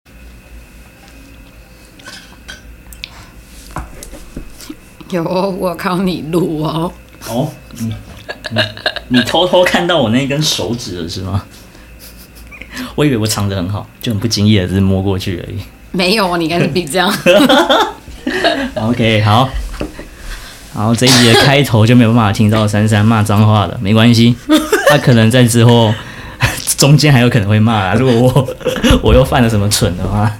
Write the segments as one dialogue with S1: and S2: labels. S1: 有哦，我靠你录哦，
S2: 哦，你你你偷偷看到我那根手指了是吗？我以为我藏得很好，就很不经意的只是摸过去而已。
S1: 没有哦，你跟始比这样，
S2: OK，好，然后这一集的开头就没有办法听到珊珊骂脏话了，没关系，她可能在之后中间还有可能会骂啦。如果我我又犯了什么蠢的话，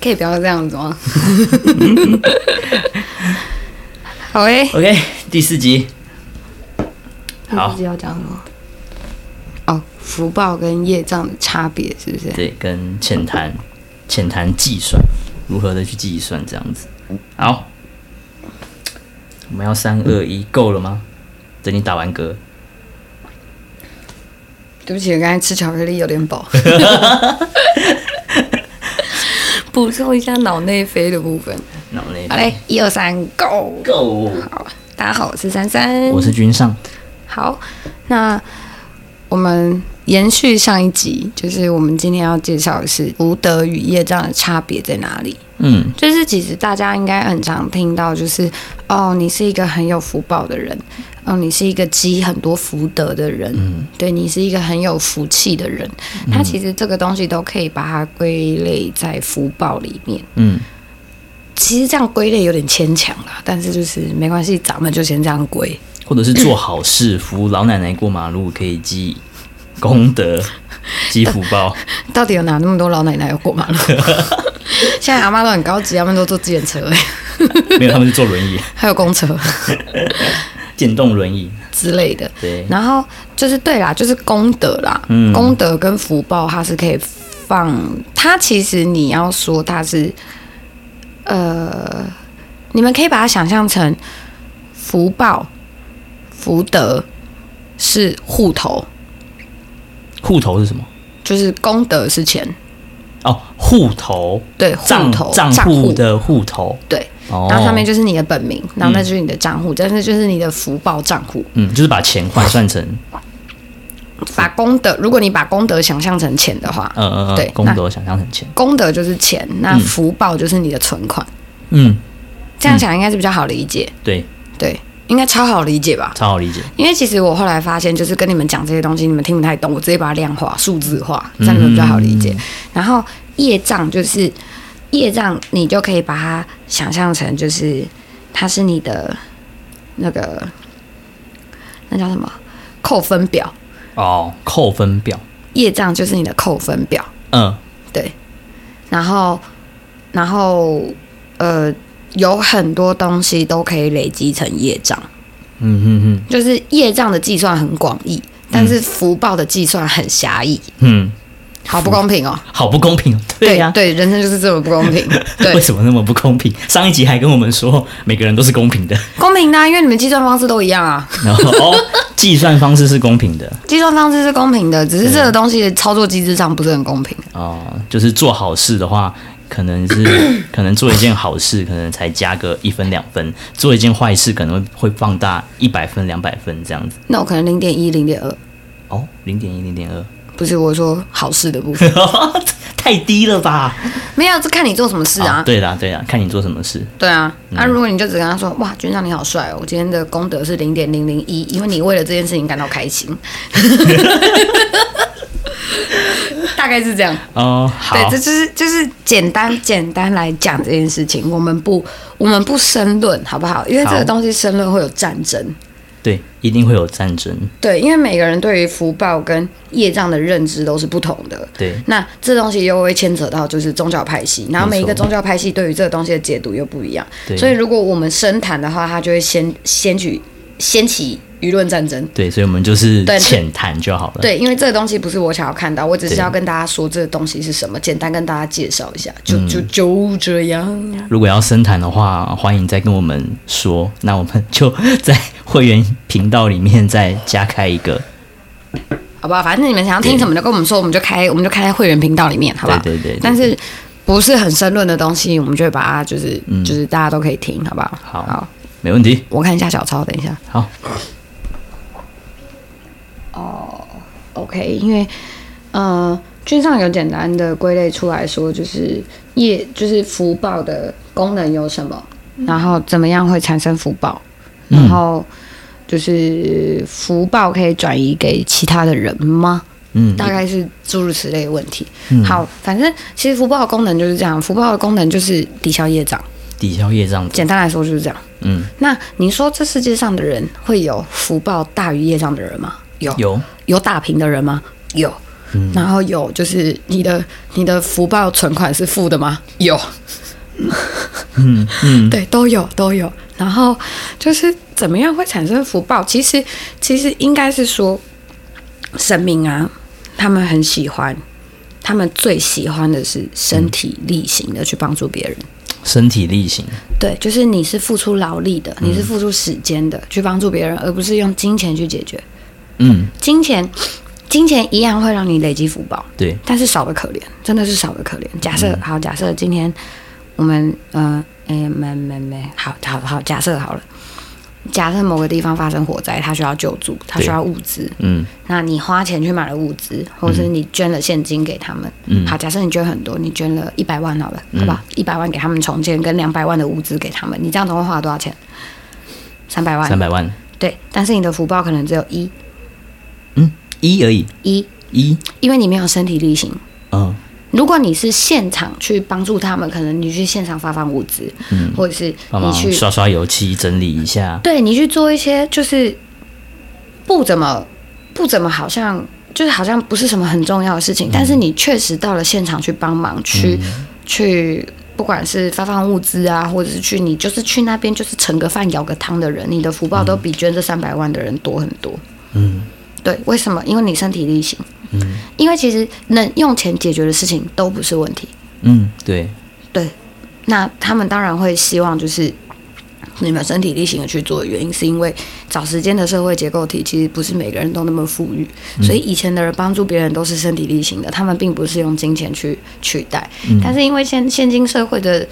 S1: 可以不要这样子吗？好诶、
S2: OK，第四集，好
S1: 自己要讲什么？哦，福报跟业障的差别是不是？
S2: 对，跟浅谈浅谈计算，如何的去计算这样子。好，我们要三二一，够了吗？等你打完嗝，
S1: 对不起，我刚才吃巧克力有点饱，补充一下脑内啡的部分。
S2: 脑内
S1: 好嘞，一二三，Go！
S2: 够。
S1: 大家好，我是珊珊，
S2: 我是君上，
S1: 好，那我们延续上一集，就是我们今天要介绍的是福德与业障的差别在哪里。
S2: 嗯
S1: 就是其实大家应该很常听到，就是哦，你是一个很有福报的人，哦，你是一个积很多福德的人，对你是一个很有福气的人。它其实这个东西都可以把它归类在福报里面。
S2: 嗯，
S1: 其实这样归类有点牵强啦，但是就是没关系，咱们就先这样归。
S2: 或者是做好事， 扶老奶奶过马路可以积功 德，积福报。
S1: 到底有哪那么多老奶奶要过马路？ 现在阿妈都很高级，他们都坐自行车、 欸，
S2: 没有，他们是坐轮椅，
S1: 还有公车
S2: 电动轮椅。
S1: 之类的。
S2: 对，
S1: 然后就是对啦，就是功德啦，
S2: 嗯
S1: 功德跟福报它是可以放，它其实你要说它是，呃，你们可以把它想象成福报、福德是户头，
S2: 户头是什么？
S1: 就是功德是钱，
S2: 哦，户头，
S1: 对，户
S2: 账
S1: 头
S2: 账户的哦户头。
S1: 对。
S2: 哦，
S1: 然后上面就是你的本名，然后那就是你的账户，但是就是你的福报账户。
S2: 嗯，就是把钱换算成
S1: 把功德，如果你把功德想象成钱的话，
S2: 呃呃
S1: 对
S2: 呃，功德想象成钱。
S1: 功德就是钱，那
S2: 嗯
S1: 福报就是你的存款。
S2: 嗯，
S1: 这样想应该是比较好理解，
S2: 对，
S1: 对，应该超好理解吧？
S2: 超好理解。
S1: 因为其实我后来发现，就是跟你们讲这些东西，你们听不太懂，我直接把它量化、数字化，这样你们比较好理解。然后业障就是业障，你就可以把它想象成就是它是你的那个那叫什么扣分表，
S2: 哦，扣分表。
S1: 业障就是你的扣分表。
S2: 嗯
S1: 然后，然后，呃，有很多东西都可以累积成业障，
S2: 嗯嗯
S1: 就是业障的计算很广义，但是福报的计算很狭义，
S2: 嗯
S1: 好不公平哦。
S2: 嗯，好不公平哦。呀。
S1: 对，人生就是这么不公 平。
S2: 为
S1: 对，
S2: 什么那么不公平？上一集还跟我们说每个人都是公平的，
S1: 公平的啊、因为你们计算方式都一样啊，
S2: 然后哦， 计算方式是公平的
S1: 计算方式是公平的，只是这个东西的操作机制上不是很公平。
S2: 哦，就是做好事的话，可能是可能做一件好事，可能才加个一分两分；做一件坏事，可能会放大一百分、两百分这样子。
S1: 那我可能零点一、零点二，
S2: 哦，零点一、零点二，
S1: 不是我说好事的部分，
S2: 太低了吧？
S1: 没有，这看你做什么事啊。
S2: 哦对嗯啦，对啦，看你做什么事。
S1: 对啊，那、如果你就只跟他说，哇，军长你好帅哦，我今天的功德是零点零零一，因为你为了这件事情感到开心， 大概是这样。
S2: 哦，好
S1: 对，，这就是就是简单简单来讲这件事情，我们不我们不深论好不好？因为这
S2: 好
S1: 个东西深论会有战争。
S2: 对，一定会有战争。
S1: 对，因为每个人对于福报跟业障的认知都是不同的。
S2: 对，
S1: 那这东西又会牵扯到就是宗教派系，然后每一个宗教派系对于这个东西的解读又不一样
S2: 对，
S1: 所以如果我们深谈的话，它就会先先举掀起舆论战争。
S2: 对，所以我们就是
S1: 对
S2: 浅谈就好了。
S1: 对，因为这个东西不是我想要看到，我只是
S2: 对
S1: 要跟大家说这个东西是什么，简单跟大家介绍一下，就
S2: 嗯
S1: 就就这样。
S2: 如果要深谈的话，欢迎再跟我们说，那我们就在会员频道里面再加开一个。
S1: 好不好？反正你们想要听什么就跟我们说，我们就开我们就开在会员频道里面，好不好？
S2: 对对对对
S1: 但是不是很深论的东西，我们就会把它就是、
S2: 嗯
S1: 就是大家都可以听，好不好？
S2: 好没问题。
S1: 我看一下小抄，等一下。
S2: 好，
S1: OK，因为呃，君上有简单的归类出来说，就是业就是福报的功能有什么，然后怎么样会产生福报，
S2: 嗯
S1: 然后就是福报可以转移给其他的人吗？
S2: 嗯，
S1: 大概是诸如此类的问题。好，反正其实福报的功能就是这样，福报的功能就是抵消业障，
S2: 抵消业障。
S1: 简单来说就是这样。
S2: 嗯，
S1: 那你说这世界上的人会有福报大于业障的人吗？有，
S2: 有
S1: 有打平的人吗？嗯有。然后有就是你的你的福报存款是负的吗？有。嗯 嗯，对，都有都有。然后就是怎么样会产生福报？其实其实应该是说，神明啊，他们很喜欢，他们最喜欢的是身体力行的去帮助别人。
S2: 身体力行。
S1: 对，就是你是付出劳力的，你是付出时间的、去帮助别人，而不是用金钱去解决。
S2: 嗯，
S1: 金钱，金钱一样会让你累积福报，
S2: 对，
S1: 但是少的可怜，真的是少的可怜。假设、
S2: 嗯
S1: 好，假设今天我们，呃，哎、没没没，好好好，假设好了，假设某个地方发生火灾，他需要救助，他
S2: 对
S1: 需要物资，
S2: 嗯
S1: 那你花钱去买了物资，或者是你捐了现金给他们，
S2: 嗯
S1: 好，假设你捐很多，你捐了一百万好了，好吧，一百万给他们重建，跟两百万的物资给他们，你这样总共花了多少钱？三百万，
S2: 三百万，
S1: 对，但是你的福报可能只有一
S2: 嗯，一而已，
S1: 一，
S2: 一，
S1: 因为你没有身体力行。
S2: 嗯
S1: 如果你是现场去帮助他们，可能你去现场发放物资，
S2: 嗯，
S1: 或者是
S2: 帮
S1: 你
S2: 忙
S1: 去
S2: 刷刷油漆，整理一下。
S1: 对你去做一些就是不怎么不怎么好像就是好像不是什么很重要的事
S2: 嗯
S1: 情，但是你确实到了现场去帮忙，去、去不管是发放物资啊，或者是去你就是去那边就是盛个饭舀个汤的人，你的福报都比捐这三百万的人多很多。
S2: 嗯，
S1: 对，为什么？因为你身体力行。嗯，因为其实能用钱解决的事情都不是问题。
S2: 嗯，对，
S1: 对，那他们当然会希望就是你们身体力行的去做，原因是因为早时间的社会结构体其实不是每个人都那么富裕，所以以前的人帮助别人都是身体力行的，他们并不是用金钱去取代。
S2: 嗯
S1: 但是因为现现今社会的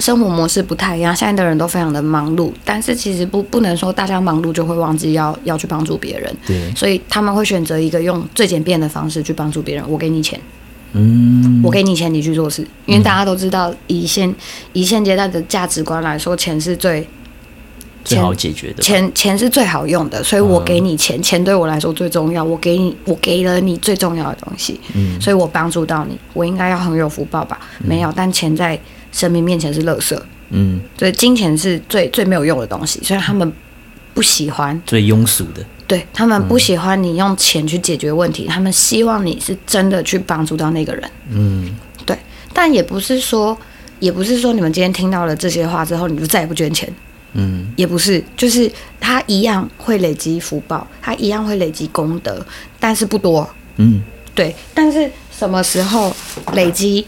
S1: 生活模式不太一样，现在的人都非常的忙碌，但是其实不不能说大家忙碌就会忘记要要去帮助别人，
S2: 对，
S1: 所以他们会选择一个用最简便的方式去帮助别人，我给你钱。
S2: 嗯
S1: 我给你钱，你去做事，因为大家都知道，以现以现阶段的价值观来说，钱是最
S2: 最好解决的吧。嗯
S1: 钱钱是最好用的，所以我给你钱，钱对我来说最重要，我给你我给了你最重要的东西，
S2: 嗯
S1: 所以我帮助到你，我应该要很有福报吧？没有，但钱在神明面前是垃圾，
S2: 嗯，
S1: 所以金钱是最最没有用的东西，所以他们不喜欢，
S2: 最庸俗的。
S1: 对他们不喜欢你用钱去解决问题，他们希望你是真的去帮助到那个人。
S2: 嗯，
S1: 对，但也不是说，也不是说你们今天听到了这些话之后，你就再也不捐钱，
S2: 嗯，
S1: 也不是，就是他一样会累积福报，他一样会累积功德，但是不多。
S2: 嗯，
S1: 对，但是什么时候累积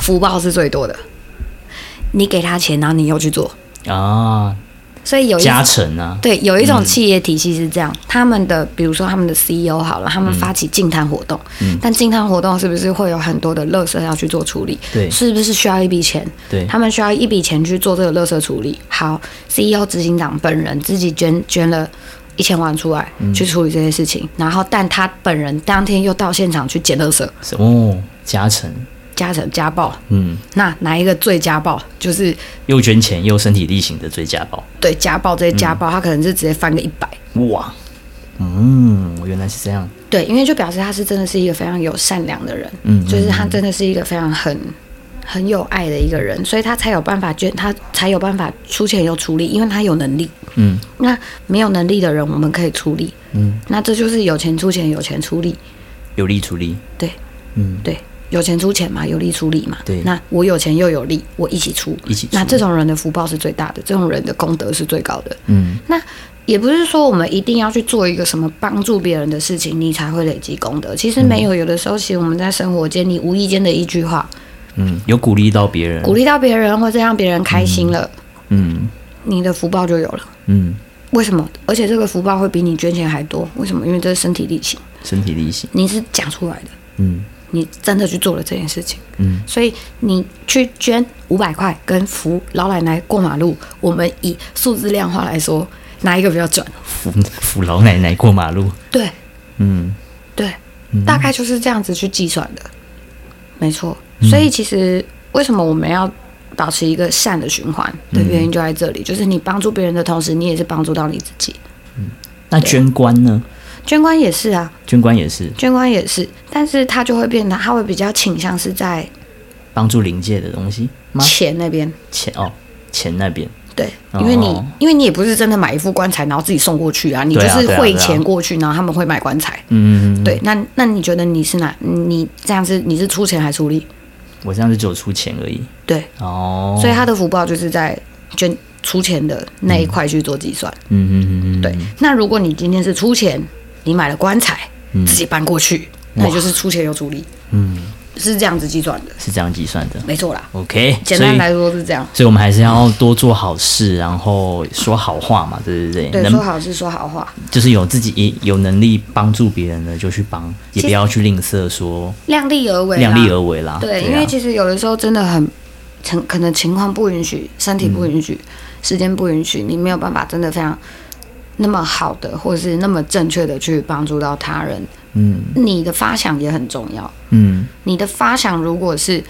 S1: 福报是最多的？你给他钱，然后你又去做，
S2: 啊，
S1: 所以有一
S2: 加成啊，
S1: 对，有一种企业体系是这样，他们的比如说他们的 CEO 好了，他
S2: 嗯
S1: 们发起净摊活动，但净摊活动是不是会有很多的垃圾要去做处理？
S2: 对
S1: 是不是需要一笔钱？
S2: 对
S1: 他们需要一笔钱去做这个垃圾处理。好，CEO 执行长本人自己捐捐了。一千万出来
S2: 嗯
S1: 去处理这些事情，然后但他本人当天又到现场去捡垃圾，
S2: 什么哦加成？
S1: 加成家暴。
S2: 嗯，
S1: 那哪一个最家暴？就是
S2: 又捐钱又身体力行的最佳宝。
S1: 对家暴这些家
S2: 嗯
S1: 暴，他可能是直接翻个一百。
S2: 哇，嗯，原来是这样。
S1: 对，因为就表示他是真的是一个非常有善良的人，
S2: 嗯
S1: 就是他真的是一个非常很很有爱的一个人，所以他才有办法捐，他才有办法出钱又出力，因为他有能力。
S2: 嗯，
S1: 那没有能力的人，我们可以出力。
S2: 嗯，
S1: 那这就是有钱出钱，有钱出力。
S2: 有力出力。
S1: 对
S2: 嗯，
S1: 对，有钱出钱嘛，有力出力嘛。
S2: 对
S1: 那我有钱又有力，我一起出，
S2: 一起出
S1: 那这种人的福报是最大的，这种人的功德是最高的。
S2: 嗯，
S1: 那也不是说我们一定要去做一个什么帮助别人的事情，你才会累积功德。其实没有，有的时候其实我们在生活间，你无意间的一句话，
S2: 嗯，有鼓励到别人，
S1: 鼓励到别人，或者让别人开心了，
S2: 嗯
S1: 你的福报就有了。
S2: 嗯，
S1: 为什么？而且这个福报会比你捐钱还多。为什么？因为这是身体力行，
S2: 身体力行，
S1: 你是讲出来的，
S2: 嗯
S1: 你真的去做了这件事情。
S2: 嗯，
S1: 所以你去捐五百块跟扶老奶奶过马路，我们以数字量化来说，哪一个比较准？
S2: 扶扶老奶奶过马路，
S1: 对
S2: 嗯
S1: 对，大概就是这样子去计算的，没错。所以其实为什么我们要保持一个善的循环的原因就在
S2: 嗯
S1: 这里，就是你帮助别人的同时，你也是帮助到你自己。
S2: 那捐官呢？
S1: 捐官也是啊，
S2: 捐官也是
S1: 捐官也是，但是他就会变得，他会比较倾向是在
S2: 帮助灵界的东西吗？
S1: 钱那边，
S2: 钱哦，钱那边，
S1: 对，因为你、
S2: 哦
S1: 因为你也不是真的买一副棺材，然后自己送过去啊，你就
S2: 对啊
S1: 是
S2: 对啊
S1: 汇
S2: 对啊
S1: 钱过去，然后他们会买棺材。
S2: 嗯，
S1: 对，那那你觉得你是哪？你这样是你是出钱还出力？
S2: 我这样子只有出钱而已，
S1: 对，
S2: 哦，
S1: 所以他的福报就是在捐出钱的那一块去做计算。
S2: 嗯嗯嗯嗯，
S1: 对，那如果你今天是出钱，你买了棺材，自己搬过去，那也就是出钱又出力，
S2: 嗯，
S1: 是这样子计算的，
S2: 是这样计算的。
S1: 没错啦。
S2: OK，
S1: 简
S2: 所
S1: 单
S2: 以
S1: 来说是这样，
S2: 所以我们还是要多做好事，然后说好话嘛，对不对？
S1: 对，
S2: 能
S1: 说好是说好话，
S2: 就是有自己也有能力帮助别人的就去帮，也
S1: 实
S2: 不要去吝啬说
S1: 量力而为啦，
S2: 量力而为啦。
S1: 对，
S2: 啊
S1: 因为其实有的时候真的很，情可能情况不允许，身体不允许，时间不允许，你没有办法真的非常那么好的，或者是那么正确的去帮助到他人。
S2: 嗯
S1: 你的发想也很重要。
S2: 嗯
S1: 你的发想如果是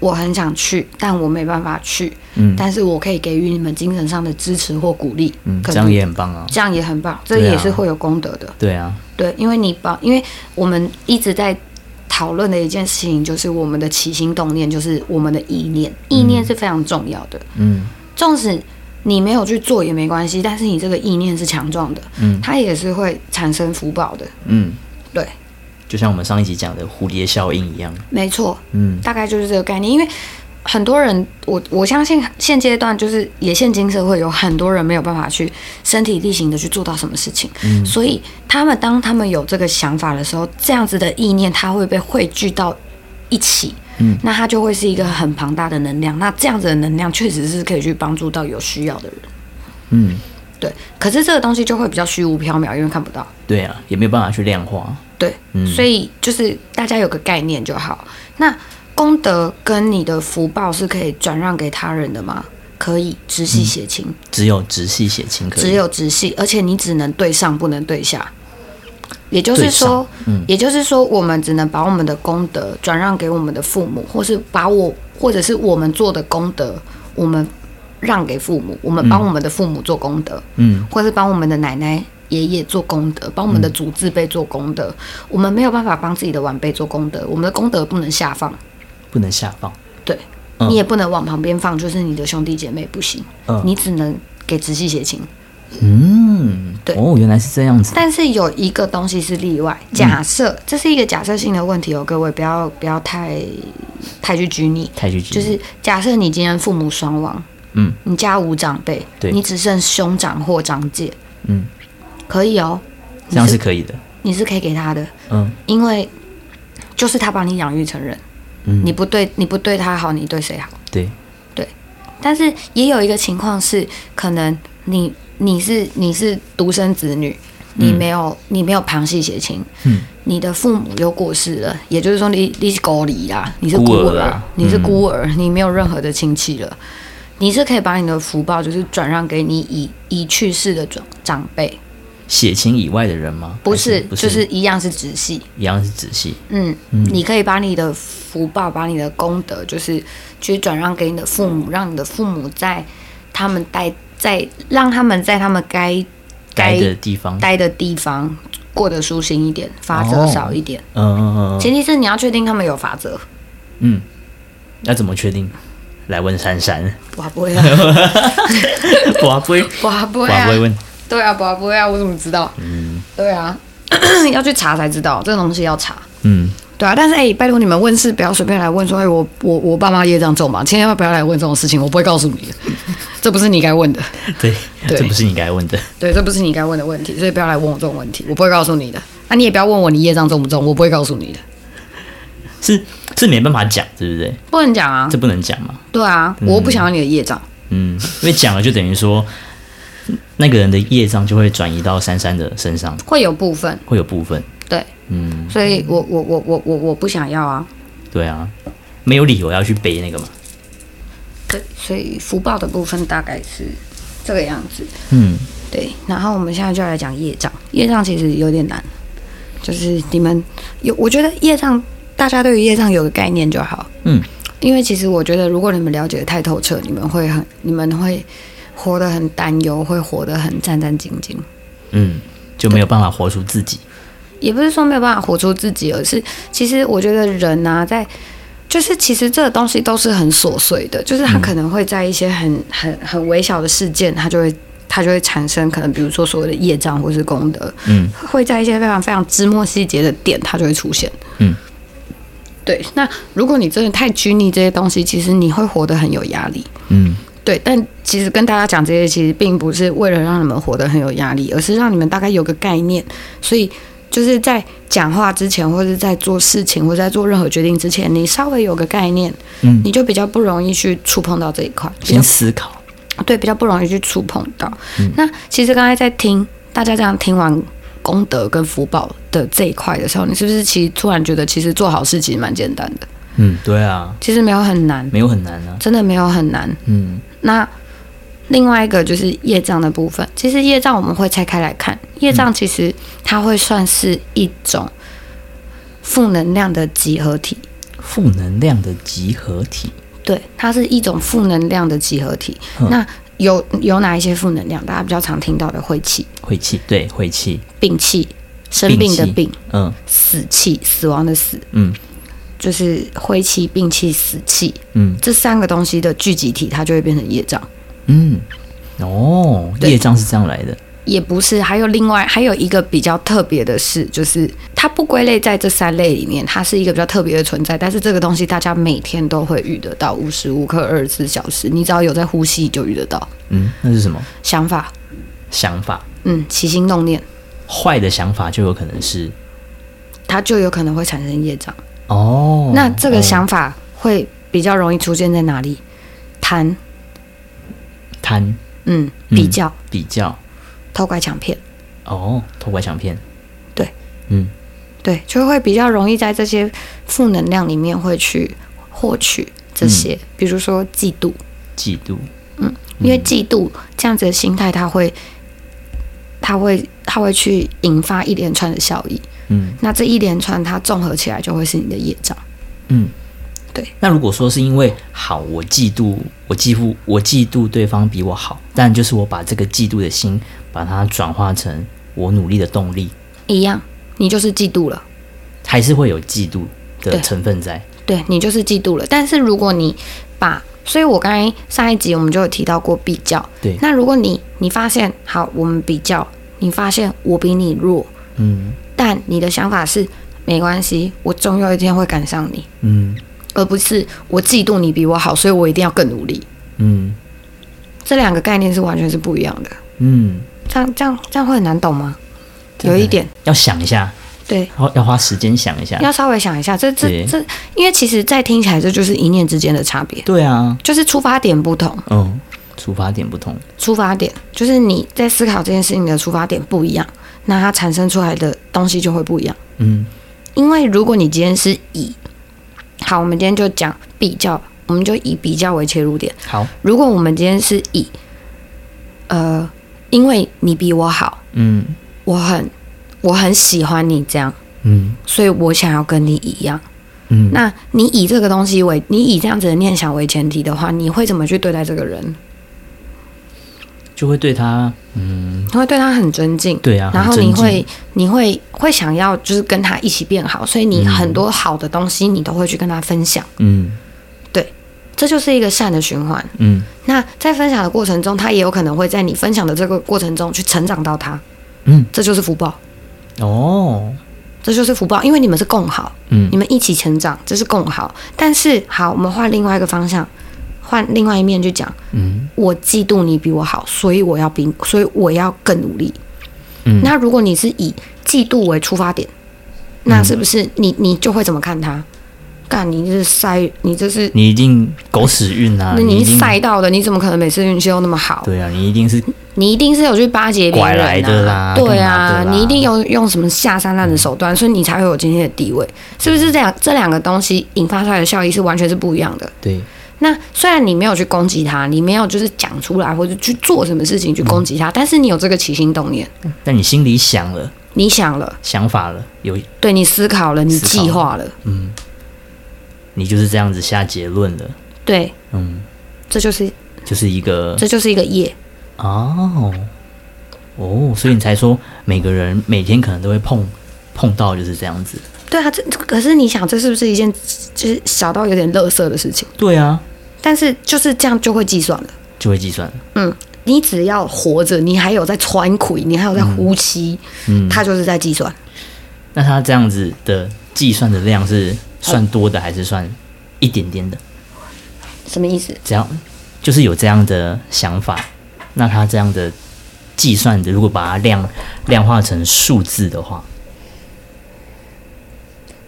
S1: 我很想去，但我没办法去，
S2: 嗯
S1: 但是我可以给予你们精神上的支持或鼓励，
S2: 嗯，
S1: 可
S2: 这
S1: 能
S2: 样也很棒啊。
S1: 这样也很棒，这
S2: 对啊
S1: 也是会有功德的。
S2: 对啊，
S1: 对，因为你把，因为我们一直在讨论的一件事情，就是我们的起心动念，就是我们的意念，意念是非常重要的。
S2: 嗯
S1: 纵使你没有去做也没关系，但是你这个意念是强壮的，
S2: 嗯
S1: 它也是会产生福报的。
S2: 嗯，
S1: 对，
S2: 就像我们上一集讲的蝴蝶效应一样，
S1: 没错，
S2: 嗯
S1: 大概就是这个概念。因为很多人，我我相信现阶段就是也现今社会有很多人没有办法去身体力行的去做到什么事情，
S2: 嗯
S1: 所以他们当他们有这个想法的时候，这样子的意念它会被汇聚到一起。
S2: 嗯
S1: 那它就会是一个很庞大的能量。那这样子的能量确实是可以去帮助到有需要的人，
S2: 嗯，
S1: 对。可是这个东西就会比较虚无缥缈，因为看不到。
S2: 对啊，也没有办法去量化。
S1: 对，
S2: 嗯
S1: 所以就是大家有个概念就好。那功德跟你的福报是可以转让给他人的吗？可以，直系血亲，
S2: 只有直系血亲嗯可以，
S1: 只有直系，而且你只能对上，不能对下。也就是说，
S2: 嗯
S1: 也就是说，我们只能把我们的功德转让给我们的父母，或是把我，或者是我们做的功德，我们让给父母，我们帮我们的父母做功德。
S2: 嗯
S1: 或是帮我们的奶奶、爷爷做功德，帮我们的祖字辈做功德。我们没有办法帮自己的晚辈做功德，我们的功德不能下放，
S2: 不能下放。
S1: 对、
S2: 嗯
S1: 你也不能往旁边放，就是你的兄弟姐妹不行，
S2: 嗯
S1: 你只能给直系血亲。
S2: 嗯，
S1: 对
S2: 哦，原来是这样子。
S1: 但是有一个东西是例外，假设、
S2: 嗯
S1: 这是一个假设性的问题哦，各位不要不要太太去拘泥。
S2: 太去
S1: 就是假设你今天父母双亡，
S2: 嗯，
S1: 你家无长辈，
S2: 对
S1: 你只剩兄长或长姐，
S2: 嗯，
S1: 可以哦，
S2: 这样是可以的。
S1: 你是可以给他的，
S2: 嗯
S1: 因为就是他把你养育成人，
S2: 嗯，
S1: 你不对你不对他好，你对谁好？
S2: 对，
S1: 但是也有一个情况是，可能你你是你是独生子女，你没有、你没有旁系血亲，
S2: 嗯，
S1: 你的父母又过世了，也就是说你你是孤儿啦，你是孤
S2: 孤儿啊嗯
S1: 儿，啊
S2: 啦
S1: 你是孤儿，你没有任何的亲戚了。你是可以把你的福报，就是转让给你已已去世的长长辈，
S2: 血亲以外的人吗？
S1: 不
S2: 还
S1: 是，
S2: 不
S1: 就是一样是直系，
S2: 一样是直系。
S1: 嗯，你可以把你的福报、把你的功德，就是去转让给你的父母，让你的父母在他们待在，让他们在他们该
S2: 待的地方，
S1: 待的地方过得舒心一点，法则
S2: 哦
S1: 少一点。
S2: 嗯嗯嗯嗯
S1: 前提是你要确定他们有法则。
S2: 嗯，要怎么确定？来问珊珊，
S1: 我不会啊，
S2: 我不会，
S1: 我不
S2: 我
S1: 会啊
S2: 不，会问，
S1: 对啊，我 不会啊，我怎么知道？嗯，对啊，要去查才知道，这个东西要查。
S2: 嗯，
S1: 对啊，但是哎、拜托你们问事不要随便来问说，哎、我我我爸妈业障重嘛，千万不要来问这种事情，我不会告诉你的，这不是你该问的，
S2: 对，
S1: 对
S2: 这不是你该问的。
S1: 对，这不是你该问的问题，所以不要来问我这种问题，我不会告诉你的。那、你也不要问我你业障重不重，我不会告诉你的，
S2: 是是没办法讲，对不对？
S1: 不能讲啊
S2: 这，不能讲嘛，
S1: 对啊，我又不想要你的业障，
S2: 嗯，因为讲了就等于说那个人的业障就会转移到珊珊的身上，
S1: 会有部分，
S2: 会有部分，
S1: 对，
S2: 嗯，
S1: 所以我我我我我我不想要啊，
S2: 对啊，没有理由要去背那个嘛，
S1: 对，所以福报的部分大概是这个样子。
S2: 嗯，
S1: 对，然后我们现在就来讲业障。业障其实有点难，就是你们有，我觉得业障，大家对于业障有个概念就好。
S2: 嗯，
S1: 因为其实我觉得，如果你们了解的太透彻，你们会很，你们会活得很担忧，会活得很战战兢兢。
S2: 嗯，就没有办法活出自己，
S1: 也不是说没有办法活出自己，而是其实我觉得人啊，在就是其实这个东西都是很琐碎的，就是他可能会在一些很
S2: 嗯
S1: 很很微小的事件，他就会他就会产生可能，比如说所谓的业障或是功德，
S2: 嗯，
S1: 会在一些非常非常枝末细节的点，它就会出现，
S2: 嗯。
S1: 对，那如果你真的太拘泥这些东西，其实你会活得很有压力。
S2: 嗯，
S1: 对，但其实跟大家讲这些，其实并不是为了让你们活得很有压力，而是让你们大概有个概念。所以就是在讲话之前，或者在做事情，或者在做任何决定之前，你稍微有个概念，
S2: 嗯
S1: 你就比较不容易去触碰到这一块，比较
S2: 先思考，
S1: 对比较不容易去触碰到。那其实刚才在听大家这样听完。功德跟福报的这一块的时候，你是不是其实突然觉得，其实做好事其实蛮简单的，
S2: 嗯，对啊，
S1: 其实没有很难，
S2: 没有很难啊，
S1: 真的没有很难。
S2: 嗯
S1: 那另外一个就是业障的部分，其实业障我们会拆开来看，业障
S2: 嗯
S1: 其实它会算是一种负能量的集合体，
S2: 负能量的集合体，
S1: 对，它是一种负能量的集合体。
S2: 嗯
S1: 那有有哪一些负能量？大家比较常听到的晦气、
S2: 晦气，对，晦气，
S1: 病气、生病的
S2: 气
S1: 病、，
S2: 嗯
S1: 死气、死亡的死，
S2: 嗯
S1: 就是晦气、病气、死气
S2: 嗯
S1: 这三个东西的聚集体，它就会变成业障。
S2: 嗯，哦，
S1: 对
S2: 业障是这样来的，
S1: 也不是，还有另外还有一个比较特别的事，就是它不归类在这三类里面，它是一个比较特别的存在。但是这个东西大家每天都会遇得到，无时无刻二十四小时，你只要有在呼吸就遇得到。
S2: 嗯，那是什么
S1: 想法，
S2: 想法？
S1: 嗯，起心动念，
S2: 坏的想法就有可能是
S1: 它就有可能会产生业障。
S2: 哦，
S1: 那这个
S2: 哦
S1: 想法会比较容易出现在哪里？贪，
S2: 贪
S1: 嗯，
S2: 嗯
S1: 比较，
S2: 比较
S1: 偷拐抢骗，
S2: 哦，偷拐抢骗，
S1: 对，
S2: 嗯
S1: 对，就会比较容易在这些负能量里面会去获取这些，
S2: 嗯
S1: 比如说嫉妒。
S2: 嫉妒，
S1: 因为嫉妒这样子的心态，它会，它会，它会去引发一连串的效益。
S2: 嗯
S1: 那这一连串它综合起来，就会是你的业障。
S2: 嗯，
S1: 对。
S2: 那如果说是因为好，我嫉妒，我嫉妒，我嫉妒对方比我好，但就是我把这个嫉妒的心，把它转化成我努力的动力，
S1: 一样，你就是嫉妒了，
S2: 还是会有嫉妒的
S1: 对
S2: 成分在，
S1: 对你就是嫉妒了。但是如果你把，所以我刚才上一集我们就有提到过比较。
S2: 对
S1: 那如果你你发现好，我们比较，你发现我比你弱，
S2: 嗯
S1: 但你的想法是没关系，我总有一天会赶上你，
S2: 嗯
S1: 而不是我嫉妒你比我好，所以我一定要更努力。
S2: 嗯
S1: 这两个概念是完全是不一样的。
S2: 嗯，
S1: 这样这样这样会很难懂吗？
S2: 这样
S1: 有一点，
S2: 要想一下，
S1: 对，
S2: 要要花时间想一下，
S1: 要稍微想一下，这
S2: 对
S1: 这这，因为其实再听起来，这就是一念之间的差别，
S2: 对啊，
S1: 就是出发点不同，
S2: 嗯，出发点不同，
S1: 出发点就是你在思考这件事情的出发点不一样，那它产生出来的东西就会不一样。
S2: 嗯
S1: 因为如果你今天是以，好，我们今天就讲比较，我们就以比较为切入点。
S2: 好，
S1: 如果我们今天是以，呃，因为你比我好，
S2: 嗯
S1: 我很我很喜欢你这样，
S2: 嗯
S1: 所以我想要跟你一样。
S2: 嗯，
S1: 那你以这个东西为，你以这样子的念想为前提的话，你会怎么去对待这个人？
S2: 就会对他，嗯
S1: 你会对他很尊敬，
S2: 对啊，
S1: 然后
S2: 很
S1: 你
S2: 尊敬
S1: 会，你会会想要就是跟他一起变好，所以你很多好的东西你都会去跟他分享，
S2: 嗯
S1: 这就是一个善的循环。
S2: 嗯
S1: 那在分享的过程中，他也有可能会在你分享的这个过程中去成长到他，
S2: 嗯，
S1: 这就是福报。
S2: 哦，
S1: 这就是福报，因为你们是共好，
S2: 嗯
S1: 你们一起成长，这是共好。但是好，我们换另外一个方向，换另外一面去讲，
S2: 嗯
S1: 我嫉妒你比我好，所以我要比，所以我要更努力。
S2: 嗯
S1: 那如果你是以嫉妒为出发点，
S2: 嗯
S1: 那是不是你你就会怎么看他？干，你这是塞，你这是，
S2: 你一定狗屎运啊！
S1: 那
S2: 你一
S1: 你
S2: 定
S1: 塞到的，你怎么可能每次运气都那么好？
S2: 对啊，你一定是
S1: 你一定是有去巴结别人、啊、
S2: 拐来的啦
S1: 对
S2: 干嘛
S1: 啊
S2: 的，啦嗯
S1: 你一定有用什么下三滥的手段，所以你才会有今天的地位，是不是这两这两个东西引发出来的效益是完全是不一样的？
S2: 对，
S1: 那虽然你没有去攻击他，你没有就是讲出来或者去做什么事情去攻
S2: 嗯
S1: 击他，但是你有这个起心动念，
S2: 但你心里想了、
S1: 你想了，
S2: 想法了，有
S1: 对你思考了，你
S2: 思考
S1: 计划了，
S2: 你就是这样子下结论了，
S1: 对，
S2: 嗯，
S1: 这就是
S2: 就是一个
S1: 这就是一个业，
S2: 哦哦，所以你才说每个人每天可能都会碰碰到就是这样子。
S1: 对啊，这这可是你想，这是不是一件就是小到有点乐色的事情？
S2: 对啊，
S1: 但是就是这样就会计算了。
S2: 就会计算。
S1: 嗯，你只要活着，你还有在喘气，你还有在呼吸，
S2: 嗯，
S1: 它就是在计算。
S2: 那他这样子的计算的量是算多的还是算一点点的？
S1: 什么意思？
S2: 只要就是有这样的想法，那他这样的计算的，如果把它量量化成数字的话，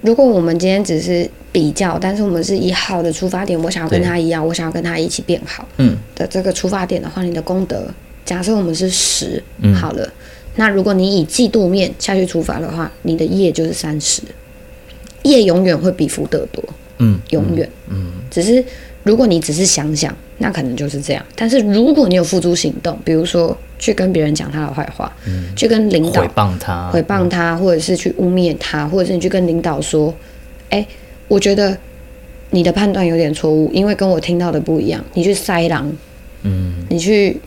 S1: 如果我们今天只是比较，但是我们是以好的出发点，我想要跟
S2: 对
S1: 他一样，我想要跟他一起变好
S2: 嗯
S1: 的这个出发点的话，你的功德，假设我们是十、
S2: 嗯
S1: 好了，那如果你以嫉妒面下去出发的话，你的业就是三十，业永远会比福德多，
S2: 嗯，
S1: 永远。
S2: 嗯
S1: 只是如果你只是想想，那可能就是这样。但是如果你有付诸行动，比如说去跟别人讲他的坏话，去跟领导
S2: 毁嗯谤他，嗯
S1: 诽谤他，或者是去污蔑他，或者是你去跟领导说，哎、我觉得你的判断有点错误，因为跟我听到的不一样。你去塞狼，
S2: 嗯，
S1: 你去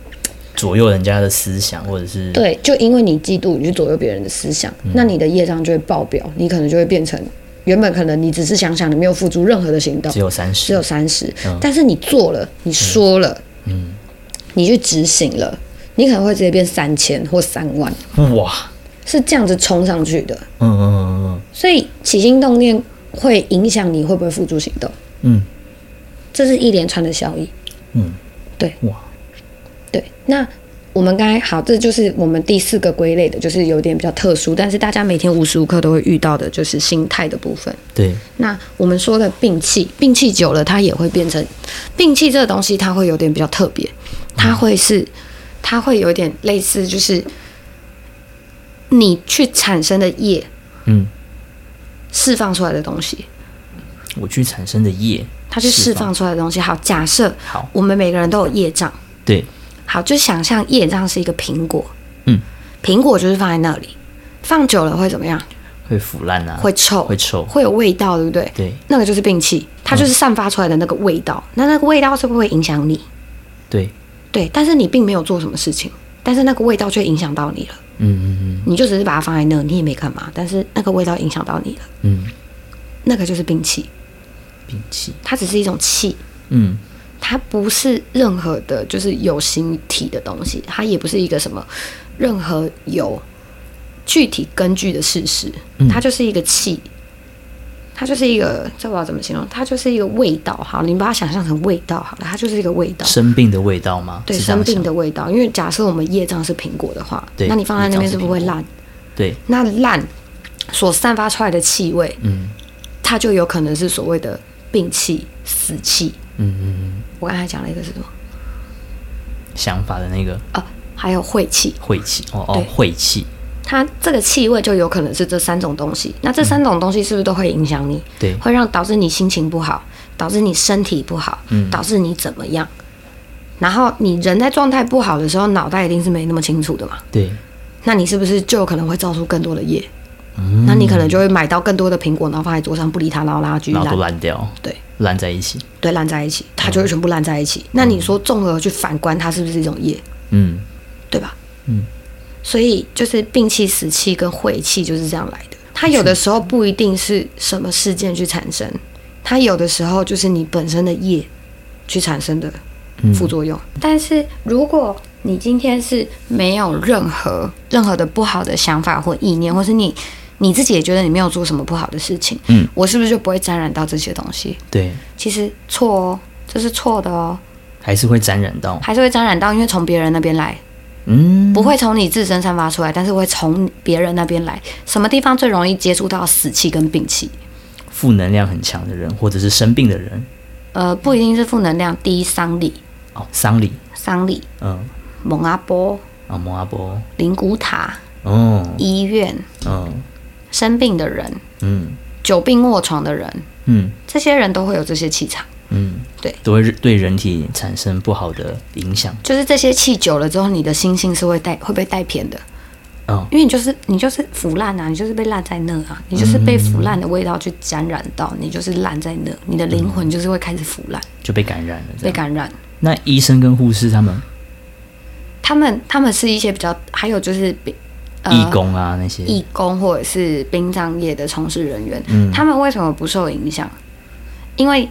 S2: 左右人家的思想，或者是
S1: 对，就因为你嫉妒，你去左右别人的思想，
S2: 嗯
S1: 那你的业障就会爆表，你可能就会变成原本可能你只是想想，你没有付出任何的行动
S2: 只，有三十，
S1: 只有三十
S2: 嗯，
S1: 但是你做了，你说了，
S2: 嗯
S1: 你去执行了，你可能会直接变三千或三万，
S2: 哇，
S1: 是这样子冲上去的。
S2: 嗯嗯嗯
S1: 所以起心动念会影响你会不会付诸行动，
S2: 嗯
S1: 这是一连串的效益。
S2: 嗯
S1: 对
S2: 嗯，哇，
S1: 对，那我们刚才好，这就是我们第四个归类的，就是有点比较特殊，但是大家每天无时无刻都会遇到的，就是心态的部分。
S2: 对，
S1: 那我们说的病气，病气久了，它也会变成病气这个东西，它会有点比较特别，它会是，它会有点类似，就是你去产生的业
S2: 嗯，
S1: 释放出来的东西，
S2: 我去产生的业，
S1: 它去释放出来的东西。好，假设
S2: 好，
S1: 我们每个人都有业障，
S2: 对，
S1: 好，就想象业障是一个苹果，
S2: 嗯，
S1: 苹果就是放在那里，放久了会怎么样？
S2: 会腐烂啊，
S1: 会臭，
S2: 会臭，
S1: 会有味道，对不对？
S2: 对嗯
S1: 那个就是病气，它就是散发出来的那个味道。那那个味道是不是会影响你？
S2: 对，
S1: 对，但是你并没有做什么事情，但是那个味道却影响到你了。
S2: 嗯嗯
S1: 你就只是把它放在那，你也没干嘛，但是那个味道影响到你了，
S2: 嗯嗯，
S1: 那个就是病气。
S2: 摒弃，
S1: 它只是一种气，
S2: 嗯
S1: 它不是任何的，就是有形体的东西，它也不是一个什么任何有具体根据的事实，它就是一个气，它就是一个，这我要怎么形容？它就是一个味道。好，你把它想象成味道好了，它就是一个味道。
S2: 生病的味道吗？
S1: 对
S2: 是这样
S1: 生病
S2: 想
S1: 的味道，因为假设我们业障是苹果的话，
S2: 对
S1: 那你放在那边是不是会
S2: 业障
S1: 烂？
S2: 对，
S1: 那烂所散发出来的气味，
S2: 嗯
S1: 它就有可能是所谓的病气、死气。
S2: 嗯嗯
S1: 我刚才讲了一个是什么？
S2: 嗯，想法的那个
S1: 啊，还有晦气，
S2: 晦气，哦哦
S1: 对，
S2: 晦气，
S1: 它这个气味就有可能是这三种东西。那这三种东西是不是都会影响你？
S2: 嗯对
S1: 会让导致你心情不好，导致你身体不好，
S2: 嗯
S1: 导致你怎么样？然后你人在状态不好的时候，脑袋一定是没那么清楚的嘛。
S2: 对，
S1: 那你是不是就有可能会造出更多的业？
S2: 嗯
S1: 那你可能就会买到更多的苹果，然后放在桌上不理它，然后让它继续
S2: 然后
S1: 烂
S2: 都，烂掉，
S1: 对，
S2: 烂在一起，
S1: 对，烂在一起，它就会全部烂在一起。那你说综合去反观，它是不是一种业？
S2: 嗯
S1: 对吧？
S2: 嗯，
S1: 所以就是病气、死气跟晦气就是这样来的。它有的时候不一定是什么事件去产生，它有的时候就是你本身的业去产生的
S2: 嗯，
S1: 副作用。但是如果你今天是没有任何任何的不好的想法或意念，或是你你自己也觉得你没有做什么不好的事情，
S2: 嗯，
S1: 我是不是就不会沾染到这些东西？
S2: 对，
S1: 其实错哦，这是错的哦，
S2: 还是会沾染到，
S1: 还是会沾染到，因为从别人那边来，
S2: 嗯，
S1: 不会从你自身散发出来，但是会从别人那边来。什么地方最容易接触到死气跟病气？
S2: 负能量很强的人，或者是生病的人，
S1: 呃，不一定是负能量，第一丧礼、
S2: 哦，丧礼，
S1: 丧礼、
S2: 嗯，
S1: 蒙阿波、
S2: 啊，摩阿波，
S1: 灵骨塔、
S2: 哦，
S1: 医院、
S2: 嗯
S1: 生病的人、
S2: 嗯
S1: 久病卧床的人，
S2: 嗯
S1: 这些人都会有这些气场。
S2: 嗯，
S1: 对，
S2: 都会对人体产生不好的影响，
S1: 就是这些气久了之后，你的心性是会带会被带偏的，
S2: 嗯，
S1: 因为你就是你就是腐烂啊，你就是被烂在那啊，你就是被腐烂的味道去沾染到，你就是烂在那，你的灵魂就是会开始腐烂，
S2: 就被感染了，这
S1: 被
S2: 样。
S1: 感染。
S2: 那医生跟护士他们，
S1: 他们他们是一些比较，还有就是比呃
S2: 义工啊那些，
S1: 义工或者是殡葬业的从事人员，
S2: 嗯
S1: 他们为什么不受影响？因为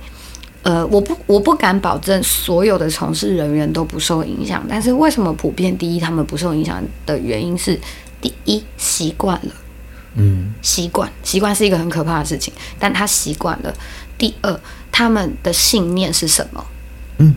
S1: 呃，我不我不敢保证所有的从事人员都不受影响，但是为什么普遍第一他们不受影响的原因是，第一习惯了。
S2: 嗯
S1: 习惯，习惯是一个很可怕的事情，但他习惯了。第二，他们的信念是什么？
S2: 嗯，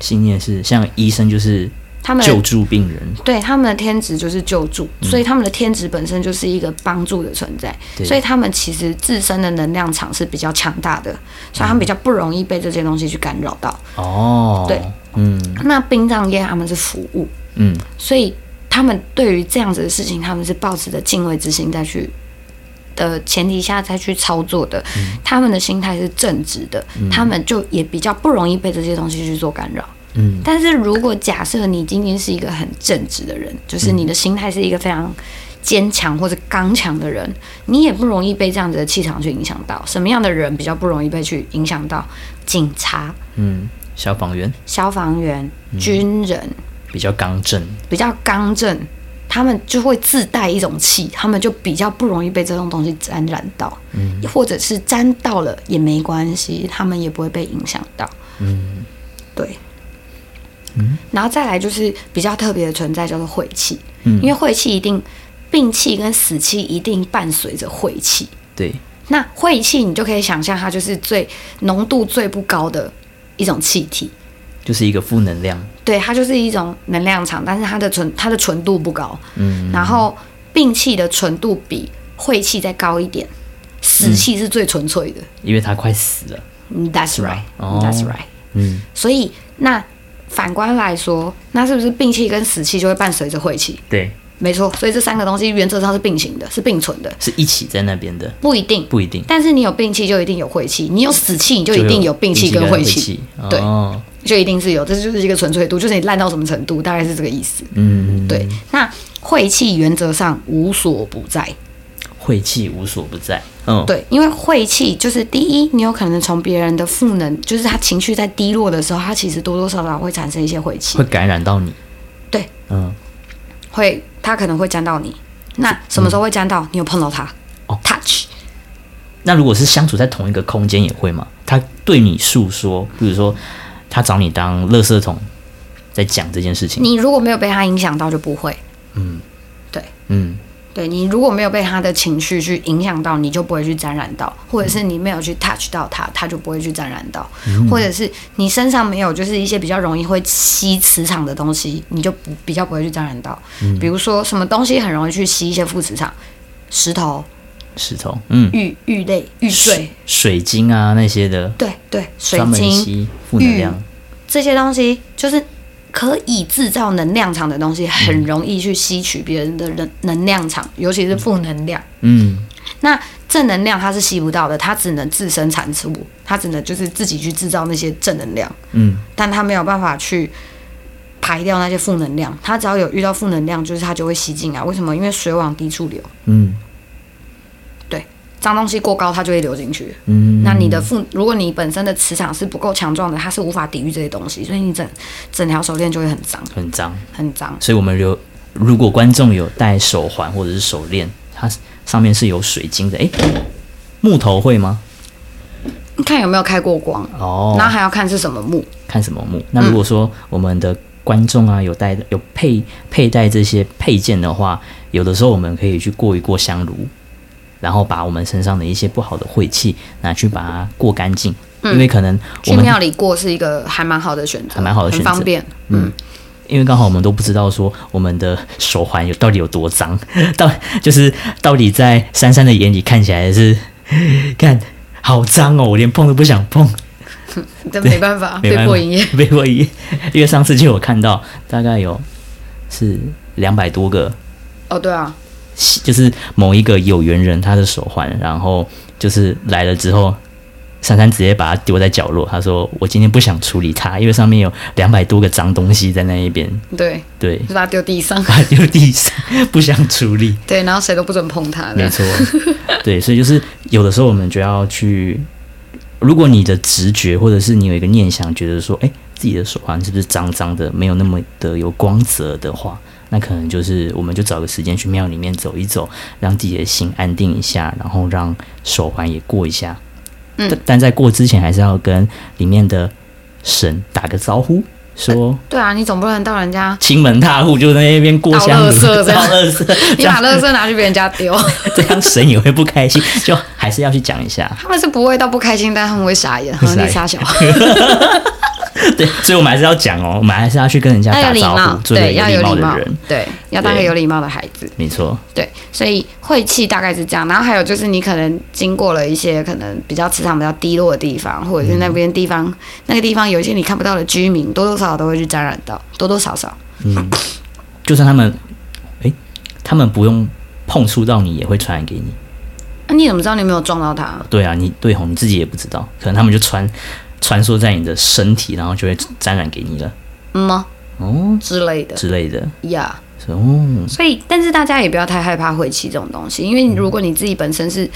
S2: 信念是像医生就是
S1: 他们的
S2: 救助病人，
S1: 对，他们的天职就是救助，所以他们的天职本身就是一个帮助的存在，
S2: 嗯对
S1: 所以他们其实自身的能量场是比较强大的，所以他们比较不容易被这些东西去干扰到。
S2: 哦，
S1: 对，
S2: 嗯
S1: 那殡葬业他们是服务，
S2: 嗯
S1: 所以他们对于这样子的事情，他们是抱持着敬畏之心再去的前提下再去操作的，
S2: 嗯
S1: 他们的心态是正直的，他们就也比较不容易被这些东西去做干扰。
S2: 嗯
S1: 但是如果假设你今天是一个很正直的人，就是你的心态是一个非常坚强或者刚强的人，你也不容易被这样子的气场去影响到。什么样的人比较不容易被去影响到？警察、
S2: 嗯，消防员
S1: 消防员、军人
S2: 比较刚正，
S1: 比较刚正，他们就会自带一种气，他们就比较不容易被这种东西沾染到，
S2: 嗯
S1: 或者是沾到了也没关系，他们也不会被影响到。
S2: 嗯
S1: 对，然后再来就是比较特别的存在，叫做晦气，
S2: 嗯
S1: 因为晦气一定病气跟死气一定伴随着晦气。
S2: 对，
S1: 那晦气你就可以想象，它就是最浓度最不高的一种气体，
S2: 就是一个负能量，
S1: 对，它就是一种能量场，但是它的纯它的纯度不高，
S2: 嗯
S1: 然后病气的纯度比晦气再高一点，死气是最纯粹的。
S2: 因为他快死了，
S1: 嗯 That's
S2: 是吧
S1: right, Oh
S2: 哦
S1: that's right.
S2: 嗯
S1: 所以那反观来说，那是不是病气跟死气就会伴随着晦气？
S2: 对，
S1: 没错，所以这三个东西原则上是并行的，是并存的，
S2: 是一起在那边的，
S1: 不一定。
S2: 不一定，
S1: 但是你有病气就一定有晦气，你有死气你就一定有病气跟晦
S2: 晦
S1: 气，
S2: 气，
S1: 对
S2: 哦
S1: 就一定是有，这就是一个纯粹度，就是你烂到什么程度，大概是这个意思。
S2: 嗯，
S1: 对，那晦气原则上无所不在，
S2: 晦气无所不在，嗯，
S1: 对，因为晦气就是第一，你有可能从别人的负能，就是他情绪在低落的时候，他其实多多少少会产生一些晦气
S2: 会，感染到你，
S1: 对，
S2: 嗯，
S1: 会他可能会沾到你。那什么时候会沾到？你有碰到他、
S2: 哦
S1: t o u c h
S2: 那如果是相处在同一个空间，也会吗？他对你诉说，比如说他找你当垃圾桶，在讲这件事情，
S1: 你如果没有被他影响到，就不会。
S2: 嗯
S1: 对你如果没有被他的情绪去影响到，你就不会去沾染到，或者是你没有去 touch 到他，他就不会去沾染到，
S2: 嗯
S1: 或者是你身上没有就是一些比较容易会吸磁场的东西，你就不比较不会去沾染到。
S2: 嗯
S1: 比如说什么东西很容易去吸一些负磁场，石头、
S2: 石头，嗯，
S1: 玉玉类、玉
S2: 水
S1: 坠，
S2: 水晶啊那些的，
S1: 对对，水
S2: 专门
S1: 晶、
S2: 吸负能量，
S1: 这些东西就是可以制造能量场的东西，
S2: 嗯
S1: 很容易去吸取别人的能能量场，尤其是负能量。
S2: 嗯
S1: 那正能量它是吸不到的，它只能自身产出，它只能就是自己去制造那些正能量，
S2: 嗯
S1: 但它没有办法去排掉那些负能量。它只要有遇到负能量，就是它就会吸进来。啊为什么？因为水往低处流，
S2: 嗯
S1: 脏东西过高它就会流进去。
S2: 嗯，
S1: 那你的负，如果你本身的磁场是不够强壮的，它是无法抵御这些东西，所以你整整条手链就会很脏，
S2: 很脏，
S1: 很脏。
S2: 所以我们留，如果观众有戴手环或者是手链，它上面是有水晶的，诶，木头会吗？
S1: 看有没有开过光，
S2: 哦，
S1: 然后还要看是什么木。
S2: 看什么木。那如果说我们的观众啊有带有佩佩戴这些配件的话，有的时候我们可以去过一过香炉，然后把我们身上的一些不好的晦气拿去把它过干净，因为可能我
S1: 嗯去
S2: 们
S1: 庙里过是一个还蛮好的选择，
S2: 还蛮好的选择
S1: 很方便。嗯，
S2: 因为刚好我们都不知道说我们的手环有到底有多脏， 到就是到底在珊珊的眼里看起来是， 看好脏哦，我连碰都不想碰，
S1: 这没办法，
S2: 没
S1: 被
S2: 办法
S1: 迫营业。，
S2: 被迫营业，因为上次就有看到大概有是两百多个，
S1: 哦，对啊，
S2: 就是某一个有缘人他的手环，然后就是来了之后。珊珊直接把它丢在角落，她说：“我今天不想处理它，因为上面有两百多个脏东西在那一边。
S1: 对，”
S2: 对，
S1: 就把它丢地 上，
S2: 把它丢地上，不想处理。
S1: 对，然后谁都不准碰它
S2: 没
S1: 的。
S2: 错，对，所以就是有的时候我们就要去，如果你的直觉或者是你有一个念想，觉得说，哎、自己的手环是不是脏脏的，没有那么的有光泽的话，那可能就是我们就找个时间去庙里面走一走，让自己的心安定一下，然后让手环也过一下。
S1: 嗯
S2: 但但在过之前，还是要跟里面的神打个招呼，说
S1: 对啊，你总不能到人 家，
S2: 亲门踏户，就在那边过
S1: 倒
S2: 香
S1: 垃
S2: 炉
S1: 圾这样
S2: 倒垃圾，这
S1: 你
S2: 样
S1: 把垃圾拿去别人家 丢，
S2: 这样神也会不 开心，就还是要去讲一下。
S1: 他们是不会到不开心，但他们会傻眼，
S2: 会
S1: 和
S2: 傻眼
S1: 你傻小。
S2: 对，所以我们还是要讲哦，我们还 是要去跟人家
S1: 要有
S2: 打
S1: 礼
S2: 招
S1: 貌
S2: 呼，，做一个
S1: 对，要有
S2: 礼貌
S1: 礼
S2: 的
S1: 貌
S2: 人。，
S1: 对，要当个
S2: 对
S1: 有礼貌的孩子。
S2: 没错，
S1: 对，所以晦气大概是这样。然后还有就是，你可能经过了一些可能比较磁场比较低落的地方，或者是那边地
S2: 嗯
S1: 方、那个地方有一些你看不到的居民，多多少少都会去沾染到，多多少啊少。
S2: 嗯，就算他们，诶，他们不用碰触到你，也会传染给你。
S1: 那、你怎么知道你有没有撞到他？
S2: 对啊，你对吼，你自己也不知道，可能他们就穿穿梭在你的身体，然后就会沾染给你了
S1: 嗯吗？
S2: 哦
S1: 之类的
S2: 之类的。
S1: 呀。Yeah
S2: 所以哦，
S1: 所以，但是大家也不要太害怕晦气这种东西，因为如果你自己本身是